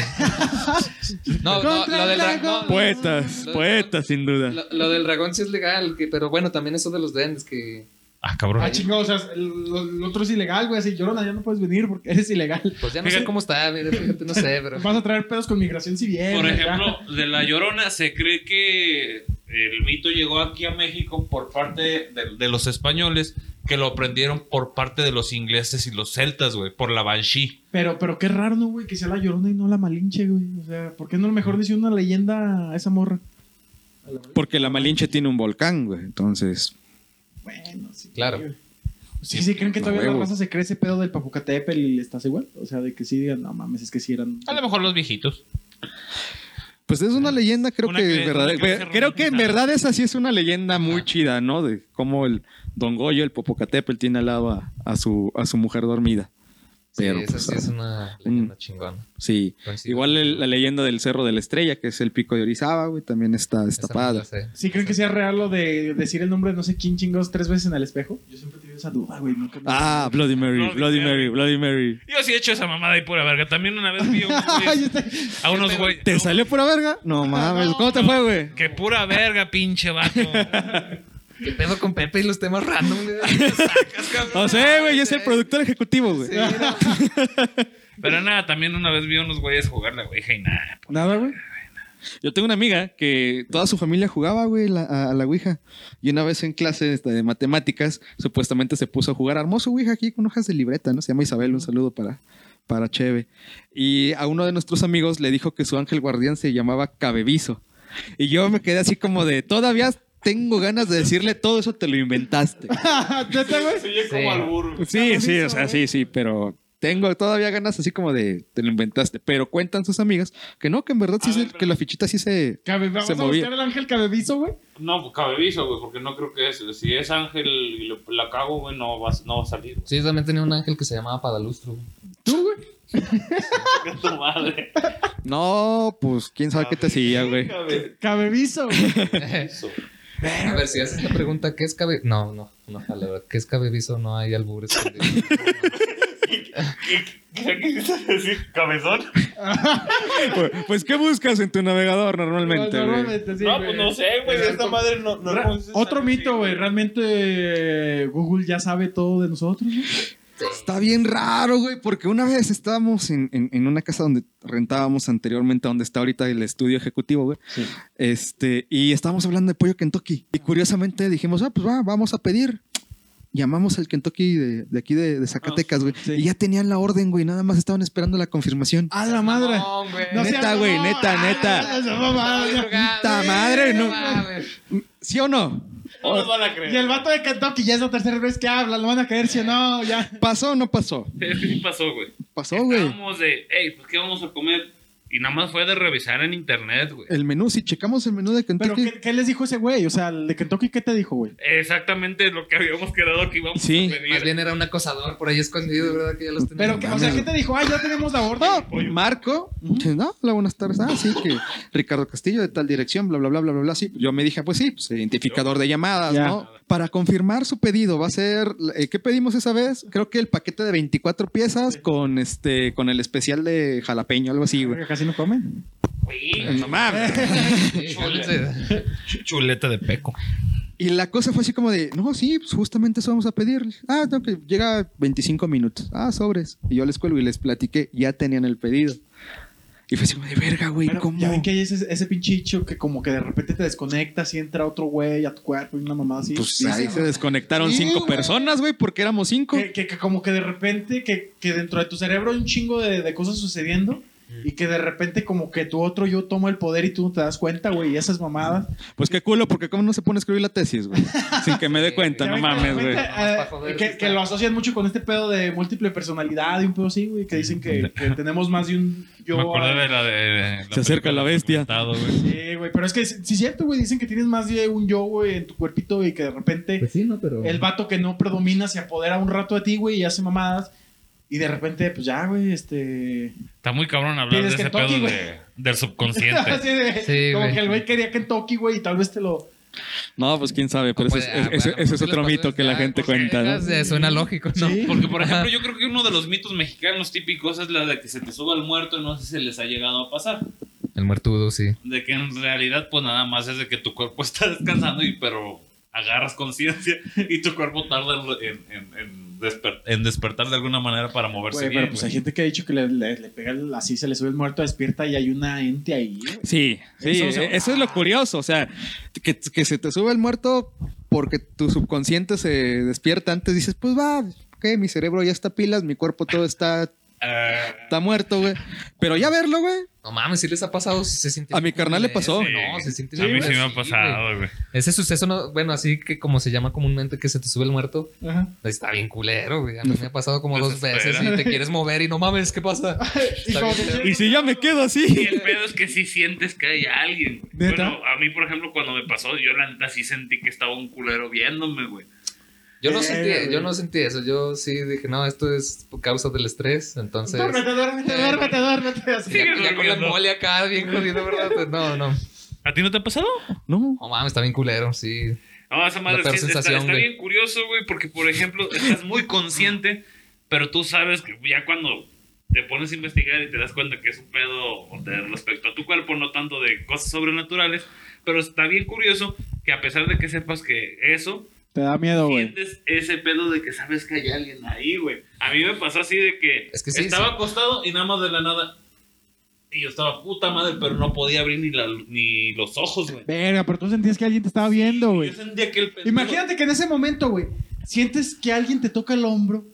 E: y- no, no,
D: Contra
E: lo
D: el
E: del dragón.
D: dragón.
F: Poetas,
E: Lo-
F: poetas, sin duda.
E: Lo, lo del dragón sí es legal, que- pero bueno, también eso de los duendes que...
C: Ah, cabrón.
D: Ah, chingado, o sea, el, lo- el otro es ilegal, güey. Así, llorona, ya no puedes venir porque eres ilegal.
E: Pues ya no sé
C: Fíjate.
E: cómo está, mira, fíjate, no sé, pero...
D: Vas a traer pedos con migración si vienes.
C: Por
D: ya.
C: ejemplo, de La Llorona se cree que el mito llegó aquí a México por parte de, de los españoles, que lo aprendieron por parte de los ingleses y los celtas, güey, por la Banshee.
D: Pero, pero qué raro, ¿no, güey? Que sea la llorona y no la malinche, güey. O sea, ¿por qué no mejor dice una leyenda a esa morra?
F: Porque la Malinche tiene un volcán, güey. Entonces,
D: Bueno, sí.
E: Claro.
D: Sí, sí, creen que
F: A
D: todavía la
F: huevo.
D: raza se cree ese pedo del Papucatépetl y estás igual. O sea, de que sí digan, no mames, es que sí eran.
C: A lo mejor los viejitos.
F: pues es una leyenda, creo
C: Una
F: que
C: cre-
F: es verdadera.
C: una creencia
F: Güey, Creo que en
C: romantizada.
F: verdad esa sí es una leyenda muy chida, ¿no? De cómo el Don Goyo, el Popocatépetl, tiene al lado a, a su, a su mujer dormida. Pero,
E: sí, esa
F: pues,
E: sí es una leyenda chingona.
F: Sí.
E: Coincido.
F: Igual el- la leyenda del Cerro de la Estrella, que es el pico de Orizaba, güey, también está
E: Esa me
F: destapada.
E: la sé.
D: Sí, creen que sea real lo de decir el nombre de no sé quién chingos tres veces en el espejo. Yo siempre he tenido esa duda, güey. Nunca me-
F: Ah, Bloody Mary,
C: Bloody
F: Bloody
C: Mary.
F: Mary, Bloody Mary.
C: Yo sí he hecho esa mamada y pura verga. También una vez vi a unos
D: Ay,
C: güeyes-
D: está-
C: a unos güeyes.
F: ¿Te salió pura verga? No mames, ¿cómo te fue, güey?
C: Que pura verga, pinche vato.
E: ¿Qué pedo con Pepe y los temas random? güey? Te sacas, cabrón.
F: No sé, güey, yo soy el productor ejecutivo, güey.
E: Sí, no.
C: Pero nada, también una vez vi a unos güeyes jugar la Ouija y nada.
D: Nada, güey.
F: Yo tengo una amiga que toda su familia jugaba, güey, la- a, a la Ouija. Y una vez en clase este, de matemáticas, supuestamente se puso a jugar. Armó su Ouija aquí con hojas de libreta, ¿no? Se llama Isabel, un saludo para, para Cheve. Y a uno de nuestros amigos le dijo que su ángel guardián se llamaba Cabebizo. Y yo me quedé así como de, todavía tengo ganas de decirle todo eso, te lo inventaste.
D: ¿Neta, güey?
C: Oye,
E: como al
C: burro.
F: Sí, sí, o sea, sí, sí, pero tengo todavía ganas así como de, te lo inventaste. Pero cuentan sus amigas que no, que en verdad sí,
C: A
F: se-
C: ver, pero-
F: que la fichita sí se...
D: Cabe- Vamos
F: Se
D: a
F: movía.
D: buscar el ángel cabebizo, güey.
C: No, pues cabebizo, güey, porque no creo que es. Si es Ángel y lo- la cago, güey, no va, no va a salir.
E: Sí, yo también tenía un ángel que se llamaba Padalustro. güey.
D: Tú, güey.
C: güey. Tu madre.
F: No, pues quién sabe qué te hacía, güey.
D: Cabebizo, güey.
E: A ver, si haces la pregunta, ¿qué es cabe...? No, no, no, a la verdad, ¿qué es cabebizo? No hay albures.
C: ¿Qué quisiste decir? ¿Cabezón?
F: Pues, ¿qué buscas en tu navegador normalmente, güey?
D: Normalmente, sí,
C: no,
D: güey.
C: pues no sé, güey.
D: Pero
C: Esta
D: por-
C: madre no. no
D: Ra-
C: no es
D: Otro
C: así,
D: mito, güey. Realmente eh, Google ya sabe todo de nosotros, güey.
F: Está bien raro, güey, porque una vez estábamos en, en- en una casa donde rentábamos anteriormente, donde está ahorita el estudio ejecutivo, güey.
D: Sí.
F: Este, y estábamos hablando de pollo Kentucky. Y curiosamente dijimos, ah, pues va, vamos a pedir. Llamamos al Kentucky de, de aquí de, de Zacatecas, güey.
D: Ah, Sí.
F: Y ya tenían la orden, güey. Nada más estaban esperando la confirmación.
D: A la madre.
E: No, güey.
D: No
F: Neta,
D: seas
F: güey,
D: mamón.
F: neta,
D: Ah,
F: neta.
D: no seas mamón.
E: Puta
F: madre, no.
E: mames.
F: ¿Sí o no?
C: No nos van a creer.
D: Y el vato de Kentucky ya es la tercera vez que habla, lo van a creer si o no, ya.
F: ¿Pasó o no pasó?
C: Es que sí pasó, güey.
F: Pasó, güey.
C: Estábamos de, hey, pues qué vamos a comer. Y nada más fue de revisar en internet, güey.
F: El menú, si checamos el menú de
D: Pero,
F: Kentucky.
D: ¿qué, qué les dijo ese güey? O sea, el de Kentucky, ¿qué te dijo, güey?
C: Exactamente lo que habíamos quedado que íbamos
F: Sí.
C: a pedir.
E: Más bien era un acosador por ahí escondido, ¿verdad? Que ya los tenía.
D: Pero, que- o sea, ¿qué te dijo? Ah, ya tenemos la orden.
F: No, Marco, dice, no, hola, buenas tardes. Ah, sí, que Ricardo Castillo de tal dirección, bla, bla, bla, bla, bla, bla. Sí, yo me dije, pues sí, pues, identificador de llamadas,
D: Ya.
F: ¿no? Para confirmar su pedido, va a ser, eh, ¿qué pedimos esa vez? Creo que el paquete de 24 piezas con este, con el especial de jalapeño, algo así, güey. Eh,
D: Verga, Casi no comen.
C: Güey,
F: No mames.
E: Sí, sí.
C: Chuleta de peco.
F: Y la cosa fue así como de, no, sí, pues justamente eso vamos a pedir. Ah, no, que llega 25 minutos. Ah, sobres. Y yo les cuelgo y les platiqué, ya tenían el pedido. Y fue así como de verga, güey,
D: Pero,
F: ¿cómo?
D: Ya ven que hay ese, ese pinche hecho que como que de repente te desconectas y entra otro güey a tu cuerpo y una mamada así.
F: Pues
D: Sí,
F: ahí
D: sí,
F: se desconectaron
D: Sí,
F: cinco
D: güey.
F: personas, güey, porque éramos cinco.
D: Que, que- que como que de repente, que, que dentro de tu cerebro hay un chingo de, de cosas sucediendo y que de repente como que tu otro yo toma el poder y tú no te das cuenta, güey, y esas mamadas.
F: Pues qué culo, porque cómo no se pone a escribir la tesis, güey. Sin que me dé cuenta,
E: Ya
F: no
E: ven
F: mames, güey.
E: cuenta. Nomás pa' joder,
D: que,
E: está.
D: que lo asocian mucho con este pedo de múltiple personalidad y un pedo así, güey, que dicen que, que tenemos más de un yo.
C: Me acordé de la de.
F: Se acerca la bestia.
D: Sí, güey, pero es que sí es cierto, güey, dicen que tienes más de un yo, güey, en tu cuerpito y que de repente
E: Pues sí, no, pero.
D: el vato que no predomina se apodera un rato de ti, güey, y hace mamadas. Y de repente, pues ya, güey, este.
C: Está muy cabrón hablar de
D: Pides
C: ese
D: Kentucky,
C: pedo
D: güey.
C: de- del
D: Así
C: subconsciente.
D: de-
E: Sí,
D: como
E: güey.
D: que el güey quería Kentucky, güey, y tal vez te lo.
F: No, pues quién sabe, pero ese es,
E: Pues, ah,
F: ese- ese-
E: bueno,
F: ese es
E: pues,
F: otro
E: los
F: mito
E: patrones
F: que la
E: ya,
F: gente
E: porque
F: cuenta, ¿no?
E: ya Suena lógico, ¿no?
D: Sí.
B: Porque, por
E: Ajá.
B: ejemplo, yo creo que uno de los mitos mexicanos típicos es la de que se te suba el muerto y no sé si les ha llegado a pasar.
E: El muertudo, sí.
B: De que en realidad, pues nada más es de que tu cuerpo está descansando, y pero agarras conciencia y tu cuerpo tarda en, en- en desper- en despertar de alguna manera para moverse
D: Güey,
B: bien.
D: pero pues hay
B: güey.
D: gente que ha dicho que le, le- le pega el- así, se le sube el muerto, despierta y hay una ente ahí. güey.
F: Sí, sí,
D: Eso, o sea,
F: eh, eso es lo curioso, o sea, que, que se te sube el muerto porque tu subconsciente se despierta antes, dices, pues va, ok, mi cerebro ya está pilas, mi cuerpo todo está,
B: Ah,
F: está muerto, güey. Pero ya verlo, güey,
E: No mames, si les ha pasado, si se siente.
F: A mi carnal le
E: culero.
F: pasó.
B: sí.
E: No, se siente.
C: a mí sí me ha
E: así, güey.
C: pasado, güey.
E: Ese suceso, no, bueno, así que como se llama comúnmente que se te sube el muerto,
D: Ajá.
E: Pues está bien culero, güey. A mí me ha pasado como
C: Pues
E: dos veces
C: Desespera.
E: y te quieres mover y no mames, ¿qué pasa?
D: Y
E: Está
D: como
E: bien,
D: que-
F: y si ya me quedo
C: Y
F: así.
C: el pedo es que sí sientes que hay alguien. güey.
D: ¿Neta?
C: Bueno, a mí, por ejemplo, cuando me pasó, yo la neta sí sentí que estaba un culero viéndome, güey.
E: Yo no,
D: Verga,
E: sentí, yo
D: güey.
E: no sentí eso. Yo sí dije, no, esto es por causa del estrés. Entonces,
D: Duérmete, duérmete, duérmete, duérmete. así.
E: ya,
C: Sigue
E: ya con la
C: durmiendo.
E: mole acá, bien jodido, ¿verdad? Pues, No, no.
C: ¿A ti no te ha pasado?
F: No,
E: No mames, está bien culero, sí.
C: No, esa madre
E: La peor
C: sí está,
E: sensación,
C: está
E: güey.
C: bien curioso, güey, porque, por ejemplo, estás muy consciente, pero tú sabes que ya cuando te pones a investigar y te das cuenta que es un pedo de respecto a tu cuerpo, no tanto de cosas sobrenaturales, pero está bien curioso que a pesar de que sepas que eso,
D: Te da miedo, güey.
C: sientes ese pedo de que sabes que hay alguien ahí, güey. A mí me pasó así de que,
E: Es que sí,
C: estaba
E: sí.
C: acostado y nada más de la nada. Y yo estaba puta madre, pero no podía abrir ni, la- ni los ojos, güey.
D: Verga, pero tú sentías que alguien te estaba viendo,
C: Yo
D: güey.
C: sentía que el pendejo-
D: Imagínate que en ese momento, güey, sientes que alguien te toca el hombro.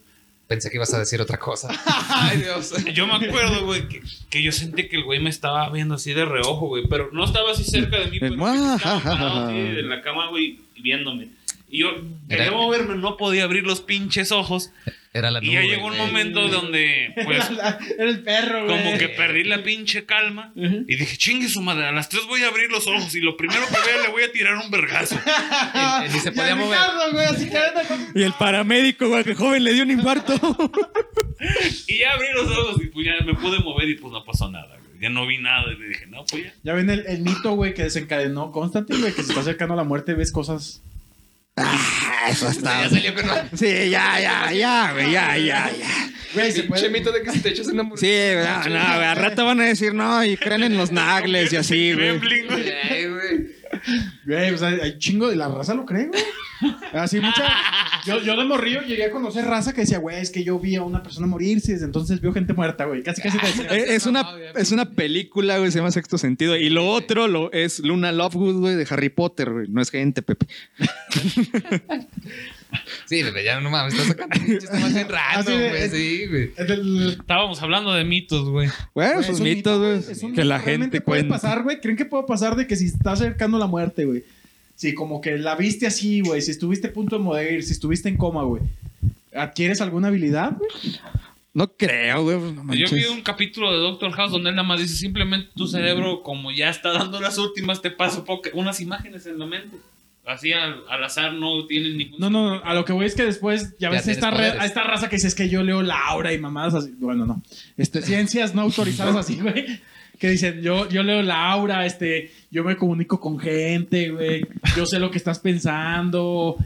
E: Pensé que ibas a decir otra cosa. Ay, Dios.
C: Yo me acuerdo, güey, que, que yo sentí que el güey me estaba viendo así de reojo, güey, pero no estaba así cerca de mí, pero estaba parado así en la cama, güey, viéndome. Y yo quería
E: Era-
C: moverme, no podía abrir los pinches ojos.
E: Era la nube.
C: Y ya llegó un
E: güey.
C: momento donde, pues,
D: Era el perro, güey.
C: como que perdí la pinche calma. Y dije, chingue su madre, a las tres voy a abrir los ojos y lo primero que vea le voy a tirar un vergazo.
E: Y- y Ni se
D: Y
E: podía
D: el
E: mover.
D: Ricardo, güey, así que anda con-
F: y el paramédico, güey, que joven le dio un infarto.
C: Y ya abrí los ojos y pues ya me pude mover y pues no pasó nada, güey. Ya no vi nada y le dije, no, pues ya.
D: Ya ven el, el mito, güey, que desencadenó Constantine, güey, que se está acercando a la muerte y ves cosas.
E: Ya salió con la
F: Sí, ya, ya, ya, güey, ya, ya, ya.
D: Güey, se
E: pinche
D: puede.
E: mito de que si te echas una hamburguesa.
F: Sí, no, no, güey, al rato van a decir, no, y creen en los nagles y así, güey.
C: Gremlin, güey.
E: Ay, güey.
D: Güey, o sea, hay chingo de la raza lo cree, güey. Así mucha. Yo, yo de morrillo llegué a conocer raza que decía, güey, es que yo vi a una persona morirse y desde entonces vio gente muerta, güey. Casi, casi te decía.
F: Eh, Es una, es una película, güey, se llama Sexto Sentido. Y lo otro lo, es Luna Lovegood, güey, de Harry Potter, güey. No es gente, Pepe.
E: Sí, bebé, ya no mames, estás sacando pinches temas bien
D: Así
E: random,
D: de-
E: güey. Sí, güey.
D: Es del-
C: Estábamos hablando de mitos, güey.
D: güey,
F: Güey, esos
D: es un mito,
F: mitos, güey,
D: es un
F: que
D: mito.
F: la
D: Realmente
F: gente
D: puede
F: cuenta.
D: pasar, güey? ¿Creen que puede pasar de que si está acercando la muerte, güey? Si como que la viste así, güey, si estuviste a punto de morir, si estuviste en coma, güey. ¿Adquieres alguna habilidad, güey?
F: No creo, güey. no
C: Pues Yo vi
F: manches.
C: un capítulo de Doctor House donde él nada más dice simplemente tu cerebro como ya está dando las últimas te pasa poca- unas imágenes en la mente. Así al, al azar no tienen ningún...
D: No, no, no, a lo que voy es que después ya
E: Ya
D: ves
E: tienes
D: esta, re-
E: poderes.
D: a esta raza que dice es que yo leo la aura y mamadas así. Bueno, no. Este, ciencias no autorizadas así, güey. Que dicen, yo, yo leo la aura, este, yo me comunico con gente, güey. Yo sé lo que estás pensando.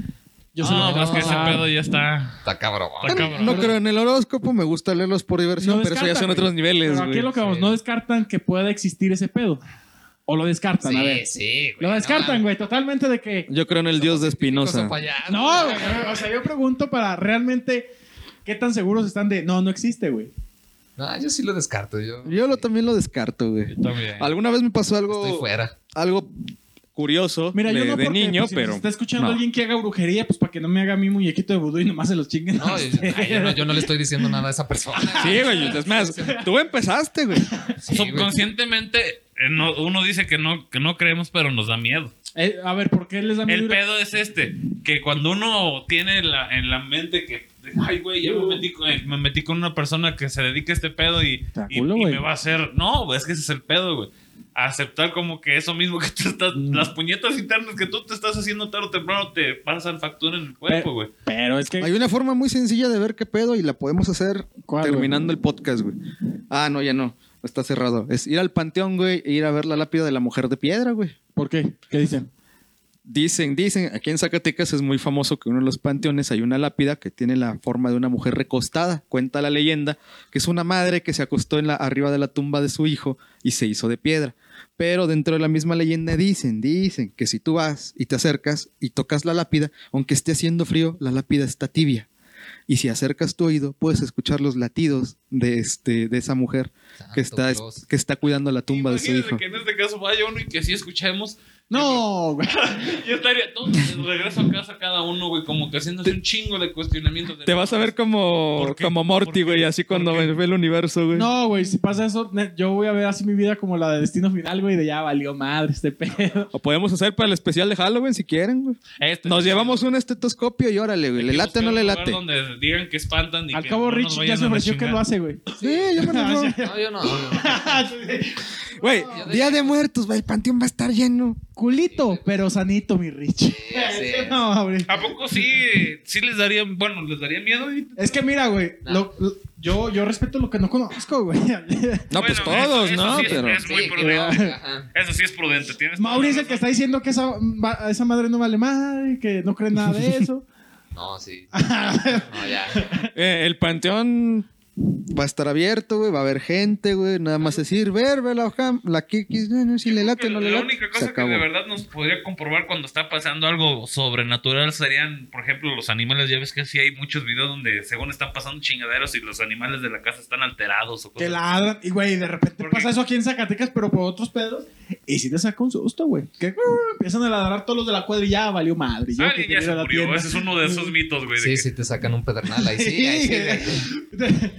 D: Yo sé
C: no,
E: Ah,
D: lo que
C: pues
D: vas
C: que ese
D: a
C: pedo ya está...
E: Está cabrón.
C: Está cabrón.
F: No creo en el horóscopo, me gusta leerlos por diversión, pero eso ya son
D: descartan,
F: otros
D: güey.
F: niveles,
D: Pero aquí
F: güey.
D: es lo que vamos, no descartan que pueda existir ese pedo. O lo descartan, a ver.
E: Sí, sí, güey.
D: Lo descartan, güey, totalmente de que.
F: Yo creo en el dios de Espinosa.
D: No, güey. O sea, yo pregunto para realmente qué tan seguros están de. No, no existe, güey.
E: No, yo sí lo descarto. Yo,
F: Yo lo, también lo descarto, güey.
C: También.
F: Alguna vez me pasó
E: estoy
F: algo,
E: fuera.
F: algo curioso
D: Mira,
F: de,
D: yo no
F: de
D: porque,
F: niño,
D: pues, si
F: pero...
D: nos está escuchando
F: no.
D: alguien que haga brujería, pues para que no me haga mi muñequito de vudú y nomás se los chinguen.
E: No, yo, ay, yo no, yo no le estoy diciendo nada a esa persona.
F: Ah, Sí, güey, es más, tú empezaste, güey.
E: Sí, güey.
C: Subconscientemente eh, no- uno dice que no, que no creemos pero nos da miedo.
D: Eh, a ver, ¿por qué les da miedo?
C: El
D: ir-
C: pedo es este, que cuando uno tiene la- en la mente que, ay, güey, ya me metí, con, me metí con una persona que se dedica a este pedo y,
D: Está
C: y-
D: culo,
C: y
D: güey.
C: me va a hacer... No, güey, es que ese es el pedo, güey. a aceptar como que eso mismo que tú estás, las puñetas internas que tú te estás haciendo tarde o temprano te pasan factura en el cuerpo, güey.
D: Pero es que.
B: Hay una forma muy sencilla de ver qué pedo y la podemos hacer
D: ¿Cuál, güey?
B: Ah, terminando el podcast, güey. Ah, no, ya no. Está cerrado. Es ir al panteón, güey, e ir a ver la lápida de la mujer de piedra, güey.
D: ¿Por qué? ¿Qué dicen?
B: Dicen, dicen, aquí en Zacatecas es muy famoso que uno de los panteones hay una lápida que tiene la forma de una mujer recostada. Cuenta la leyenda que es una madre que se acostó en la, arriba de la tumba de su hijo y se hizo de piedra. Pero dentro de la misma leyenda dicen, dicen que si tú vas y te acercas y tocas la lápida, aunque esté haciendo frío, la lápida está tibia. Y si acercas tu oído, puedes escuchar los latidos de, este, de esa mujer
E: Ah,
B: que está,
E: Santo Claus.
B: que está cuidando la tumba de su
C: Imagínate
B: hijo.
C: que en este caso vaya uno y que así escuchemos.
D: No, güey.
C: Yo estaría todo de regreso a casa cada uno, güey, como que haciéndose un chingo de cuestionamientos. de-
F: Te vas a ver como,
C: ¿Por qué?
F: como Morty,
C: ¿Por
F: güey,
C: qué?
F: así
C: ¿Por
F: cuando
C: qué?
F: ve el universo, güey.
D: No, güey. Si pasa eso, ne- yo voy a ver así mi vida como la de destino final, güey. De ya valió madre este pedo.
F: O podemos hacer para el especial de Halloween si quieren, güey.
C: Este-
B: Nos llevamos un estetoscopio y órale, güey.
C: Hay
B: ¿Le
C: que
B: late o no
C: buscar
B: le
C: un lugar
B: late?
C: Donde digan que espantan y
D: Al
C: que
D: cabo,
C: no nos
D: Rich ya
C: vayan
D: se
C: a
D: ofreció que
C: chingar.
D: lo hace, güey.
B: Sí, yo me lo
D: Ah,
B: robo.
D: sí.
E: No, yo no.
F: Güey,
E: Yo de-
B: Día de muertos, güey, el panteón va a estar lleno.
D: Culito, pero sanito, mi Rich.
E: así es.
D: No, güey.
C: ¿A poco sí, sí les daría, bueno, les daría miedo? güey?
D: Es que mira, güey.
E: No.
D: lo- lo- yo, yo respeto lo que no conozco, güey.
F: No, pues
C: Bueno,
F: todos,
C: eso- eso
F: ¿no?
C: sí es-
F: Pero
C: es muy
E: Sí,
C: prudente.
E: que- ajá.
C: Eso sí es prudente. Tienes
D: Mauri es el que está diciendo que esa, ma- esa madre no vale madre, que no cree nada de eso.
E: No, sí. No, ya.
F: eh, el panteón
B: Va a estar abierto, güey, va a haber gente, güey. Nada más decir, ver, ver la hoja, la kikis, no, no, si le late o no le
C: la
B: late.
C: única
B: se
C: cosa que
B: acabó.
C: de verdad nos podría comprobar cuando está pasando algo sobrenatural serían, por ejemplo, los animales. Ya ves que sí hay muchos videos donde según están pasando chingaderos y los animales de la casa están alterados o
D: Que
C: cosas.
D: ladran. Y, güey, de repente
C: ¿Por qué?
D: pasa eso aquí en Zacatecas, pero por otros pedos. Y si te saca un susto, güey. Que uh, empiezan a ladrar todos los de la cuadra y ya valió madre. Yo que
C: Alguien ya
D: quería ir
C: se
D: a la
C: murió.
D: tienda.
C: Ese es uno de esos mitos, güey. de
E: Sí,
C: que-
E: sí, te sacan un pedernal. Ahí sí, ahí sí. ahí sí.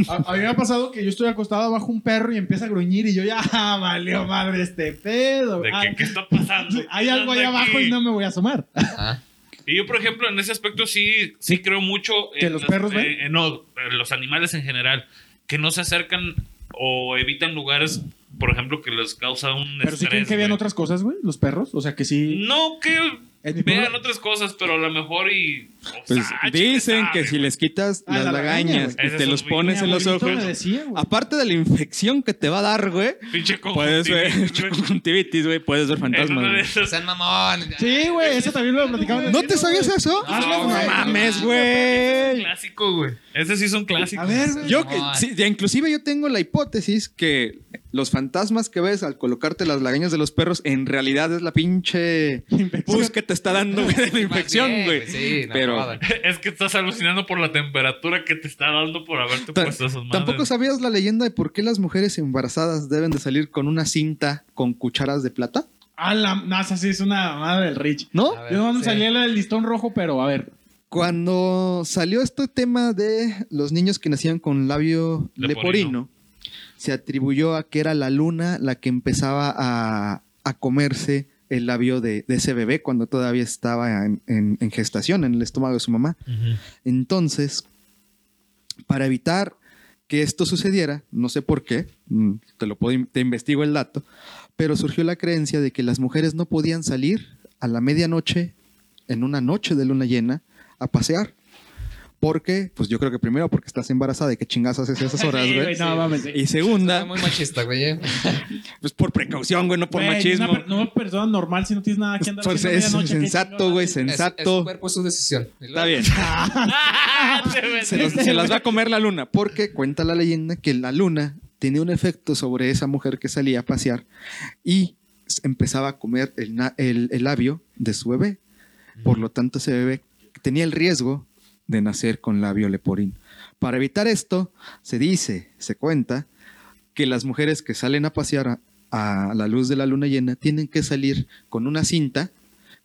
D: a, a mí me ha pasado que yo estoy acostado abajo un perro y empieza a gruñir y yo ya ah, valió madre este pedo.
C: de que,
D: Ah,
C: ¿Qué está pasando?
D: hay algo ahí
C: Anda
D: abajo
C: aquí.
D: y no me voy a asomar.
E: Ajá.
C: Y yo, por ejemplo, en ese aspecto sí, sí creo mucho.
D: ¿Que
C: en
D: los
C: las-
D: perros ven?
C: eh, eh, no, en los animales en general. Que no se acercan o evitan lugares, por ejemplo, que les causa un
D: Pero sí creen
C: estrés,
D: que vean
C: güey.
D: otras cosas, güey, los perros. O sea que sí.
C: No que
D: En mi
C: vean
D: pueblo-
C: otras cosas, pero a lo mejor y... o
F: Pues
C: sea, ah,
F: dicen
C: chile,
F: que
C: sabe,
F: si les quitas
D: Ah,
F: las
D: la lagaña,
F: lagañas
C: güey.
F: y
C: Ese
F: te
C: es
F: los
C: un
F: pones
D: Mi
F: en los
D: abuelito
F: ojos,
D: me decía, güey.
F: aparte de la infección que te va a dar, güey,
C: Pinche
F: puedes ver
C: conjuntivitis, güey.
F: conjuntivitis, güey, puedes ver
C: En
F: fantasmas.
C: una de
F: güey.
C: esas-
E: Sean mamón.
D: Sí, güey, eso también lo platicaban. en
B: ¿No
D: el
B: te
D: cine,
B: sabías
D: güey.
B: eso?
C: Ah,
D: Hazlo,
E: No,
F: No
D: güey.
F: mames, güey.
C: Clásico, güey. Ese sí es un clásico.
D: A ver, güey.
F: Yo que,
E: Ay.
F: Eh, sí, ya inclusive yo tengo la hipótesis que los fantasmas que ves al colocarte las lagañas de los perros en realidad es la pinche pus que te está dando güey, de la infección,
E: bien,
F: güey.
E: pues sí, no
F: Pero
E: jodan.
C: Es que estás alucinando por la temperatura que te está dando por haberte
B: Ta-
C: puesto esas madres.
B: Tampoco sabías la leyenda de por qué las mujeres embarazadas deben de salir con una cinta con cucharas de plata,
D: Ah, la no, esa sí es una mamada del Rich.
B: ¿no?
E: A ver,
D: Yo no
E: sí.
D: salía la del listón rojo, pero a ver.
B: Cuando salió este tema de los niños que nacían con labio
C: Leporino.
B: leporino, se atribuyó a que era la luna la que empezaba a, a comerse el labio de, de ese bebé cuando todavía estaba en, en- en gestación, en el estómago de su mamá. Entonces, para evitar que esto sucediera, no sé por qué, mm, te lo puedo, in- te investigo el dato, pero surgió la creencia de que las mujeres no podían salir a la medianoche, en una noche de luna llena, a pasear. Porque, pues yo creo que primero porque estás embarazada y que chingas haces esas horas,
D: Sí,
B: güey.
D: güey, no, mames.
F: y
E: Está
F: segunda,
E: muy machista, güey. eh.
F: pues por precaución, güey, no por
D: Güey,
F: machismo.
D: Una per- no, persona normal si no tienes nada que andar
B: Pues,
D: haciendo a
B: es
D: medianoche, qué
B: sensato,
D: chingada.
B: güey,
E: Es- Es, su
B: sensato.
E: cuerpo es su decisión. Y
F: Está
E: luego-
F: bien.
C: Ah,
F: se, los- se las va a comer la luna.
B: Porque cuenta la leyenda que la luna tenía un efecto sobre esa mujer que salía a pasear y s- empezaba a comer el, na- el- el labio de su bebé. Por lo tanto, ese bebé tenía el riesgo de nacer con labio leporino. Para evitar esto, se dice, se cuenta, que las mujeres que salen a pasear a- a la luz de la luna llena tienen que salir con una cinta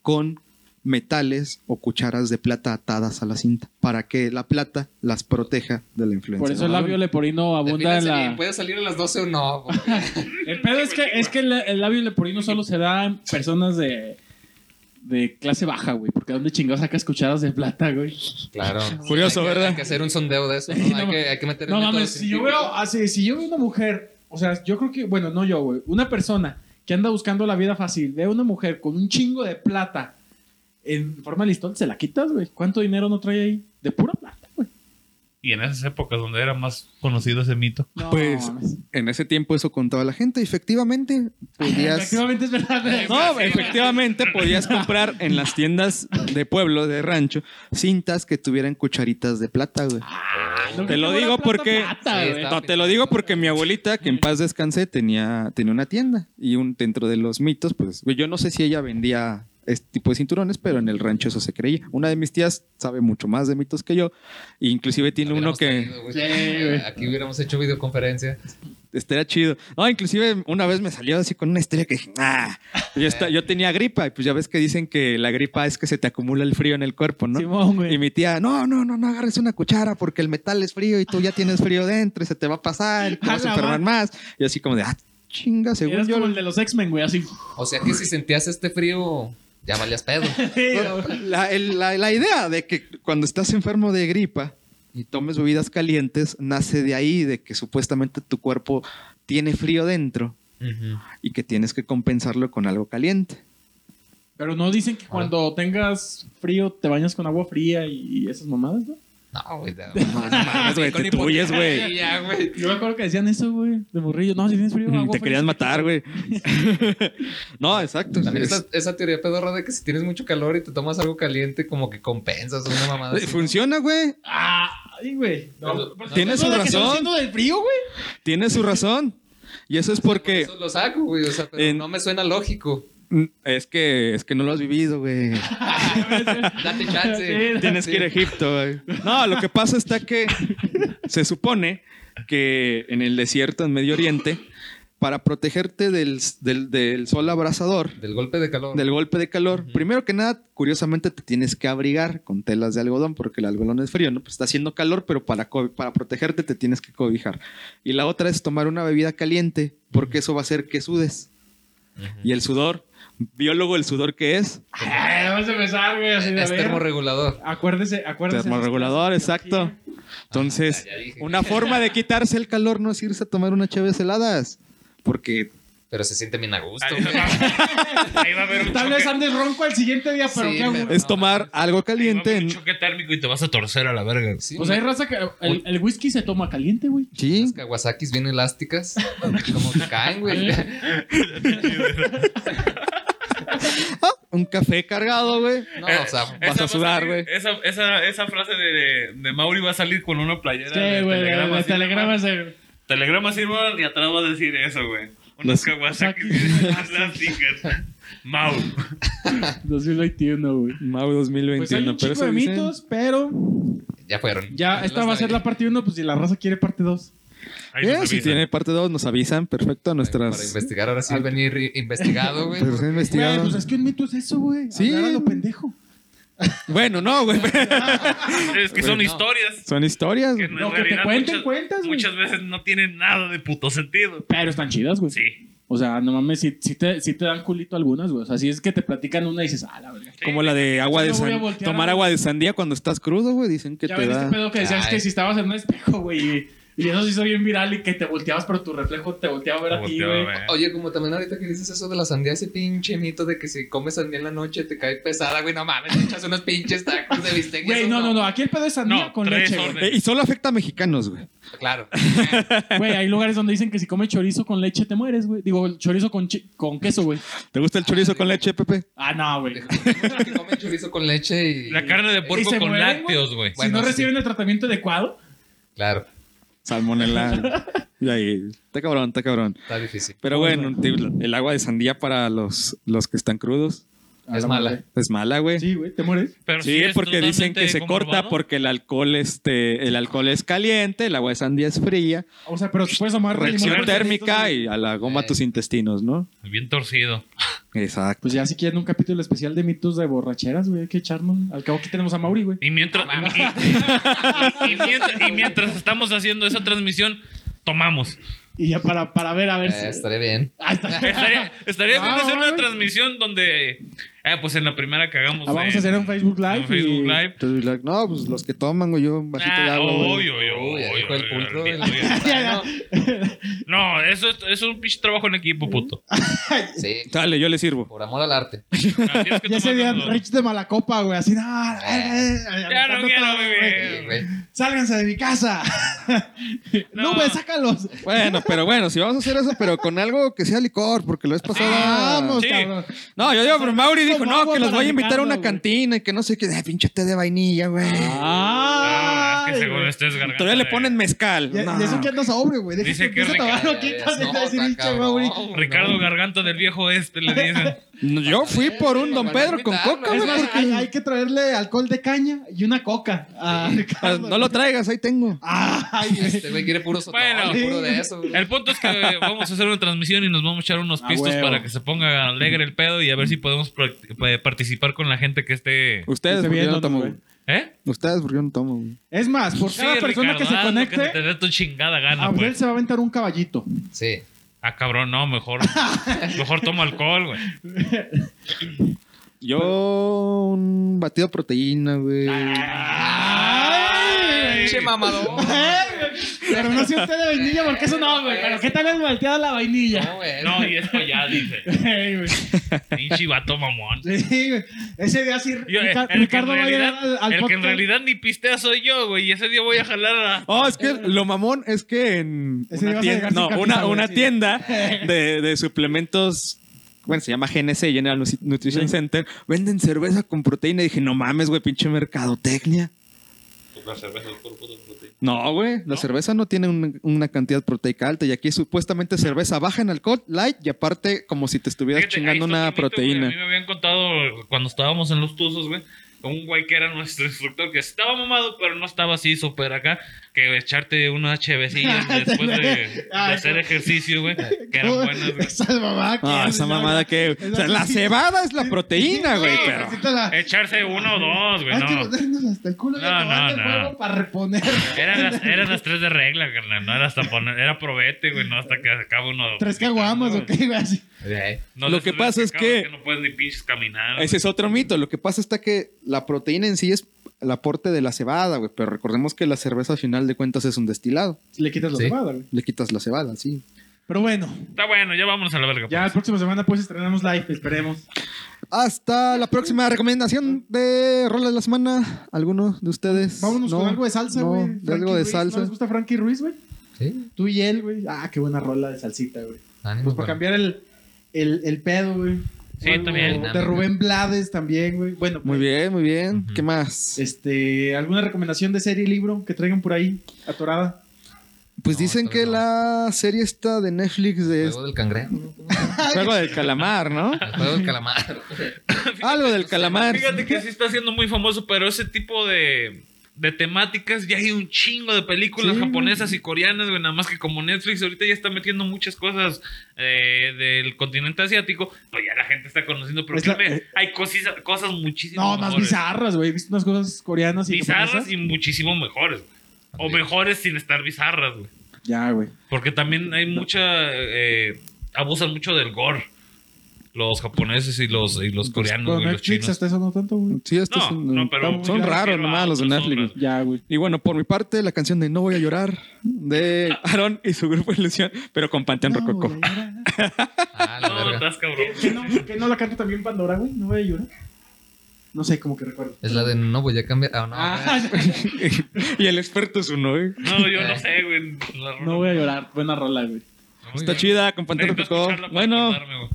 B: con metales o cucharas de plata atadas a la cinta para que la plata las proteja de la influencia.
D: Por eso
B: de
D: el
B: la
D: labio
B: luna.
D: leporino abunda en
E: Defínanse
D: la.
E: bien, pues. ¿Puede salir a las 12 o no? porque-
D: El pedo es que, es que el, el labio leporino solo se da en personas de, de clase baja, güey. Porque ¿dónde chingados sacas cucharas de plata, güey?
E: Claro.
F: Curioso,
E: Hay que-
F: ¿verdad?
E: Hay que hacer un sondeo de eso. ¿no?
D: Sí, no
E: hay,
D: ma-
E: que, hay que meter el
D: No
E: método
D: mames, si yo
E: científico.
D: veo, así, si yo veo una mujer o sea, yo creo que, bueno, no yo, güey, una persona que anda buscando la vida fácil, ve a una mujer con un chingo de plata en forma de listón, se la quitas, güey. ¿Cuánto dinero no trae ahí? De pura plata, güey.
C: Y en esas épocas donde era más conocido ese mito.
D: No,
F: Pues,
D: mames.
F: En ese tiempo eso contaba la gente. Efectivamente, podías...
D: Efectivamente es verdad.
E: Eh,
D: güey.
F: No, efectivamente podías comprar en las tiendas de pueblo, de rancho, cintas que tuvieran cucharitas de plata, güey.
D: No,
F: te lo
D: qué
F: digo
D: buena plata,
F: porque-
D: plata,
E: Sí,
D: güey.
E: está-
F: No, te lo digo porque mi abuelita, que en paz descansé, tenía, tenía una tienda. Y un, dentro de los mitos, pues güey, yo no sé si ella vendía este tipo de cinturones, pero en el rancho eso se creía. Una de mis tías sabe mucho más de mitos que yo. e inclusive tiene uno
E: Hubiéramos
F: que...
E: tenido, güey. Eh, Aquí hubiéramos hecho videoconferencia.
F: Estaría chido. No, inclusive una vez me salió así con una historia que dije, ah, yo, esta- yo tenía gripa y pues ya ves que dicen que la gripa es que se te acumula el frío en el cuerpo, ¿no?
D: Simón, güey.
F: Y mi tía, no, no, no, no agarres una cuchara porque el metal es frío y tú ya tienes frío dentro y se te va a pasar y te
D: A
F: vas Ah. a
D: la
F: enfermar más. Y así como de, ah, chinga, según
D: Eras
F: yo.
D: como el de los X-Men, güey, así.
E: O sea que si sentías este frío, ya valías pedo.
F: La, el- la- la idea de que cuando estás enfermo de gripa y tomes bebidas calientes nace de ahí, de que supuestamente tu cuerpo tiene frío dentro y que tienes que compensarlo con algo caliente.
D: Pero no dicen
F: Ah.
D: que cuando tengas frío te bañas con agua fría y esas mamadas, ¿no?
E: No, güey. ya.
F: No, no mames, güey, te tuyes, güey.
E: Sí, ya, güey.
D: Yo me acuerdo que decían eso, güey, de morrillo. No, si tienes frío, agua
F: Mm, Te
D: fría.
F: querías matar, güey. No, exacto.
E: También
F: Es-
E: esa, esa teoría pedorra de que si tienes mucho calor y te tomas algo caliente, como que compensas una mamada. así.
F: Funciona, güey.
D: Ay, güey.
E: Pero-
F: Tienes su
D: ¿No es la que estás
F: razón.
D: haciendo del frío, güey?
F: Tiene su razón. Y eso es porque
E: Eso lo saco, güey. O sea, pero
F: En-
E: no me suena lógico.
F: mm, es que es que no lo has vivido, güey.
E: Date chance.
F: Tienes que ir a Egipto, güey. No, lo que pasa está que se supone que en el desierto en Medio Oriente para protegerte del, del, del sol abrasador,
E: Del golpe de calor.
F: del golpe de calor.
E: Ujú.
F: Primero que nada, curiosamente te tienes que abrigar con telas de algodón porque el algodón es frío, ¿no? Pues está haciendo calor, pero para, co- para protegerte te tienes que cobijar. Y la otra es tomar una bebida caliente porque eso va a hacer que sudes. Y el sudor, biólogo, el sudor que es,
D: Ay, vamos a empezar, güey, así de
E: es
D: ver.
E: termorregulador.
D: Acuérdese, acuérdese.
F: termorregulador, exacto. Entonces,
E: Ah, ya, ya dije.
F: una forma de quitarse el calor no es irse a tomar unas cheves heladas. Porque
E: Pero se siente bien a gusto.
C: Ahí
E: güey.
C: va, ahí va a haber un
D: Tal
C: choque,
D: vez andes ronco al siguiente día, pero
E: Sí,
D: qué güey.
E: pero-
F: es tomar algo
C: ahí va a
F: caliente.
C: haber un
F: en-
C: choque térmico y te vas a torcer a la verga.
E: Sí,
D: O sea, hay raza que el, el whisky se toma caliente, güey.
E: Las
F: Sí,
E: Kawasakis bien elásticas. Como que caen, güey.
F: un café cargado, güey.
E: No, o sea,
C: Esa
F: vas a
C: va
F: sudar,
C: salir-
F: güey.
C: Esa, esa, esa frase de, de, de Mauri va a salir con una playera
D: Sí,
C: de
D: güey,
C: telegrama.
D: de
C: así,
D: telegramas. eh.
C: Telegrama Silver y atrás va a decir eso, güey. Unos Kawasaki
D: Kawasaki.
C: plásticas. Mau.
D: 2021, güey.
F: Mau 2021.
D: Pues hay un
F: pero
D: chico de
F: eso dicen.
D: mitos, pero
E: ya fueron.
D: ya esta va a ser la parte 1, pues si la raza quiere parte 2.
C: Ahí
F: Eh,
C: nos
F: si
C: avisan.
F: tiene parte 2, nos avisan. Perfecto,
E: Para
F: a nuestras.
E: investigar, ahora sí venir i- investigado, güey.
F: Pero se ha investigado.
D: Güey, pues es que un mito es eso, güey.
F: Sí.
D: Hablar a lo pendejo.
F: Bueno, no, güey.
C: Es que son
E: No.
C: historias.
F: Son historias.
C: Que
F: güey.
D: No,
C: en
D: Pues que te
C: realidad
D: cuenten
C: muchas-
D: cuentas, güey.
C: Muchas veces no tienen nada de puto sentido.
D: Pero están chidas, güey.
C: Sí.
D: O sea, no mames, si, te, sí te dan culito algunas, güey. O sea, si es que te platican una y dices, ah, la verdad.
F: Como la de agua
D: Yo
F: de
D: no voy a
F: san-
D: voltear
F: Tomar
D: a-
F: agua de sandía cuando estás crudo, güey. Dicen que
D: ya
F: te
D: ven
F: da.
D: este pedo que decías
E: Ay.
D: que si estabas en un espejo, güey. Y, y eso se hizo bien viral y que te volteabas, pero tu reflejo te volteaba a ver a ti,
C: Volteo a
D: güey.
C: ver.
E: Oye, como también ahorita que dices eso de la sandía, ese pinche mito de que si comes sandía en la noche te cae pesada, güey, no mames, te echas unos pinches tacos de bistec. y
D: Güey,
E: eso
D: no, no, no. Aquí el pedo es sandía
C: No,
D: con
C: tres
D: leche, güey.
C: órdenes.
F: Eh, y solo afecta a mexicanos, güey.
E: Claro.
D: Güey, hay lugares donde dicen que si comes chorizo con leche te mueres, güey. Digo, chorizo con, chi- con queso, güey.
F: ¿Te gusta el chorizo con leche, Pepe?
D: Ah, no, güey.
E: que comen chorizo con leche y...
C: La carne de
D: ¿Y se
C: porco con
D: mueren, güey?
C: lácteos, güey.
D: si
E: Bueno,
D: no
E: sí.
D: reciben el tratamiento adecuado.
E: Claro,
F: Salmonela. y ahí. Está cabrón, está cabrón.
E: está difícil.
F: Pero bueno, te- el agua de sandía para los, los que están crudos
D: A
E: Es
D: la
E: mala.
D: madre.
F: es mala, güey. Sí.
D: Sí, güey, te mueres.
C: Pero sí es
F: porque dicen que
C: totalmente
F: se corta
C: comprobado.
F: porque el alcohol, este, el alcohol es caliente, el agua de sandía es fría,
D: O sea, pero puedes tomar
F: reacción
D: limón.
F: térmica y a la goma
E: Eh.
F: tus intestinos, ¿no?
C: Bien torcido.
F: Exacto.
D: Pues ya si quieren un capítulo especial de mitos de borracheras, güey, hay que echarnos. Al cabo aquí tenemos a Mauri, güey.
C: Y mientras,
D: Ah,
C: y, y- y mientras, y mientras estamos haciendo esa transmisión, tomamos.
D: Y ya para, para ver, a ver
E: Eh,
D: si...
E: estaría bien.
D: Ah, está.
C: Estaría, estaría bien
D: Ah,
C: hacer una
D: mames.
C: transmisión donde. Ah, pues en la primera cagamos.
D: Ah, vamos
C: en-
D: a hacer un Facebook Live
C: un Facebook
D: y-
C: Live.
F: Entonces, like, no, pues los que toman, güey, yo un vasito de
C: Ah,
F: agua. güey.
C: obvio, obvio,
E: Uy,
C: obvio,
E: ahí fue el
C: obvio,
E: pulcro
C: obvio,
E: de la-
C: obvio.
D: Ya, ya.
E: No,
C: No, No, eso es, eso es un pinche trabajo en equipo, puto.
E: Sí,
F: Dale, yo le sirvo.
E: por amor al arte.
C: Ah, tienes que
D: Ya
C: tomar
D: sería
C: los-
D: Rich de Malacopa, güey. Así, ah, eh, eh,
C: Ya no
D: aventando
C: quiero
D: todo, güey.
C: vivir.
E: Sí, este güey.
D: Sálganse de mi casa.
C: No.
D: No, güey, sácalos.
F: Bueno, pero bueno, si vamos a hacer eso, pero con algo que sea licor, porque lo es pasado.
D: Vamos,
C: Sí.
D: cabrón.
F: No, yo digo, pero Mauri dijo,
D: Como
F: no,
D: agua
F: que los
D: para
F: voy a invitar a una
D: Ricardo, güey.
F: cantina y que no sé qué, Ay, pinche té de vainilla, güey.
D: Ah,
C: Ah, es que según este es garganta.
F: Todavía le
C: de-
F: ponen mezcal.
D: Y,
F: No.
D: y eso que andas sobre, güey. Deja
C: Dice
D: que
C: que
D: empiece a
C: Ricardo-
D: tomar loquitas y te va a decir,
E: No,
D: "Pinche,
E: está
D: Mauri".
E: cabrón, güey.
C: Ricardo Garganta del viejo oeste le dicen.
F: Yo fui por un Don Pedro con coca,
D: Es
F: güey.
D: más,
F: porque-
D: hay, hay que traerle alcohol de caña y una coca a
F: Ah,
D: Ricardo.
F: No lo traigas, ahí tengo.
D: Ay, güey.
E: Este güey quiere puro sotol,
C: Bueno.
E: puro de eso. güey.
C: El punto es que vamos a hacer una transmisión y nos vamos a echar unos
D: A
C: pistos
D: Ah, huevo.
C: para que se ponga alegre el pedo y a ver si podemos prac- pa- participar con la gente que esté.
F: Ustedes,
D: Estoy
F: porque yo no
D: viéndonos,
F: tomo,
D: güey.
F: güey.
C: ¿Eh?
F: Ustedes, porque yo no tomo, güey.
D: Es más, por cada
C: Sí,
D: persona
C: Ricardo,
D: que se
C: haz lo Que te
D: conecte,
C: dé tu chingada gana,
D: Abdel
C: pues.
D: se va a aventar un caballito.
E: Sí.
C: Ah, cabrón, no, mejor. mejor toma alcohol, güey.
F: Yo un batido de proteína, güey.
C: Ah,
D: Ay,
E: Che mamado.
D: Pero no sé usted de vainilla porque eso no, güey. Pero ¿qué tal es malteada la vainilla?
E: No, güey.
C: No, y esto ya, dice.
D: Ey, güey.
C: Pinche vato mamón.
D: Sí, güey. Ese día sí,
C: Yo, eh,
D: Rica-
C: el
D: Ricardo
C: que en
D: va a llegar
C: realidad,
D: al, al
C: el que en
D: podcast.
C: realidad ni pistea soy yo, güey. Y ese día voy a jalar a.
F: Oh, es que lo mamón es que en
D: Ese
F: una
D: ibas a
F: tienda,
D: llegar sin
F: no,
D: camisa,
F: una,
D: güey,
F: una
D: sí.
F: tienda de, de suplementos, bueno, se llama GNC, General Nutri- Nutrition Center, venden cerveza con proteína. Y dije, no mames, güey, pinche mercadotecnia. No, güey, la cerveza no tiene un- una cantidad proteica alta y aquí supuestamente cerveza baja en alcohol, light y aparte como si te estuvieras
C: Fíjate, ahí
F: chingando
C: está
F: una
C: otro mito, güey.
F: proteína.
C: A mí me habían contado cuando estábamos en los Tuzos, güey. con Un güey que era nuestro instructor que estaba mamado, pero no estaba así súper acá. Que echarte unas chevecillas después de, de
D: Ay,
C: hacer
D: no.
C: ejercicio, güey. Que eran buenas, güey.
D: Esa mamada que
F: Ah,
D: hace,
F: esa
D: ya,
F: mamada
D: güey.
F: que...
D: Esa
F: o sea, la
D: sí.
F: cebada es la proteína, güey,
D: Sí,
F: pero...
D: necesita la-
C: Echarse uno o dos, Eh,
F: Ah,
C: güey.
D: Hay que
C: No.
D: ponernos hasta el culo y
C: No,
D: acabar
C: no,
D: el
C: no.
D: juego para reponer.
C: Eran las, eran las tres de regla, carnal. No era hasta poner. Era probete, güey. No hasta que acaba uno.
D: Tres caguamas, ok, güey. así.
E: Güey.
C: No,
F: Lo
C: de
F: que
C: esas veces
F: pasa es
C: acabas
F: que-
C: No puedes ni pinches caminar.
F: Ese es otro
C: ah.
F: mito. Lo que pasa está que la proteína en sí es el aporte de la cebada, güey. Pero recordemos que la cerveza al final de cuentas es un destilado.
D: Le quitas la
E: Sí.
D: cebada, güey.
F: Le quitas la cebada, sí.
D: Pero bueno,
C: Está bueno, ya vámonos a la verga.
D: ya la próxima semana pues estrenamos live, esperemos.
F: Hasta la próxima recomendación de Rola de la Semana. ¿Alguno de ustedes?
D: Vámonos
F: No,
D: con algo de salsa,
F: no,
D: güey.
F: de
D: Frankie
F: algo de
D: Ruiz,
F: salsa.
D: ¿No les gusta Frankie Ruiz, güey?
E: Sí.
D: Tú y él, güey. Ah, qué buena rola de salsita, güey.
E: Ánimo,
D: Pues para cambiar el, el, el pedo, güey.
C: Sí,
D: Algo
C: también.
D: De Rubén Blades también, güey. Bueno,
F: Muy
D: pues,
F: bien, muy bien. ¿Qué más?
D: Este, ¿alguna recomendación de serie y libro que traigan por ahí atorada?
F: Pues
E: No,
F: dicen
E: todavía
F: que
E: no.
F: la serie esta de Netflix de
E: Juego del cangrejo. ¿no?
F: Juego del Calamar, ¿no?
E: El juego del calamar.
F: Algo del
D: Ah,
F: Calamar.
C: Fíjate que sí está siendo muy famoso, pero ese tipo de, de temáticas ya hay un chingo de películas
F: Sí,
C: japonesas y coreanas, güey. Nada más que como Netflix ahorita ya está metiendo muchas cosas eh, del continente asiático, pues ya la gente está conociendo. Pero
D: Es la- eh,
C: créeme, hay cosis- cosas muchísimo
D: No, más
C: mejores.
D: bizarras, güey. He visto unas cosas coreanas y
C: bizarras
D: japonesas?
C: y muchísimo mejores. güey. O
E: Ok.
C: mejores sin estar bizarras, güey.
D: Ya, güey.
C: Porque también hay mucha. eh, abusan mucho del gore. Los japoneses y los, y los coreanos,
D: Con
C: Ah, güey, los
D: Netflix
C: chinos.
D: hasta eso no tanto, güey.
F: Sí, estos
C: No,
F: son,
C: no, pero
F: son
C: yo
F: raros
C: prefiero a
F: nomás los de
C: otras
F: Netflix.
C: obras.
D: Ya, güey.
F: Y bueno, por mi parte, la canción de No Voy a Llorar de Aaron y su grupo Ilusión, pero con Panteón
D: No,
F: Rococó.
D: voy a llorar.
E: Ah, la
C: No,
E: verga.
C: estás cabrón.
D: ¿Qué, qué no, qué no la canta también Pandora, güey? No voy a llorar. No sé, como que recuerdo.
E: Es la de no voy a cambiar. Ah, no.
D: Ah,
F: y el experto es uno, ¿eh?
C: No, yo no sé, güey. La-
D: no voy a llorar. Buena rola, güey.
C: Muy
F: Está
C: bien.
F: chida, con Panteón
C: Necesito
F: Rococó.
C: escucharla para
F: Bueno,
C: acordarme, güey.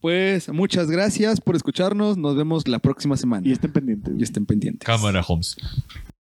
F: pues muchas gracias por escucharnos. Nos vemos la próxima semana.
D: Y estén pendientes. güey.
F: Y estén pendientes.
C: Cámara, Holmes.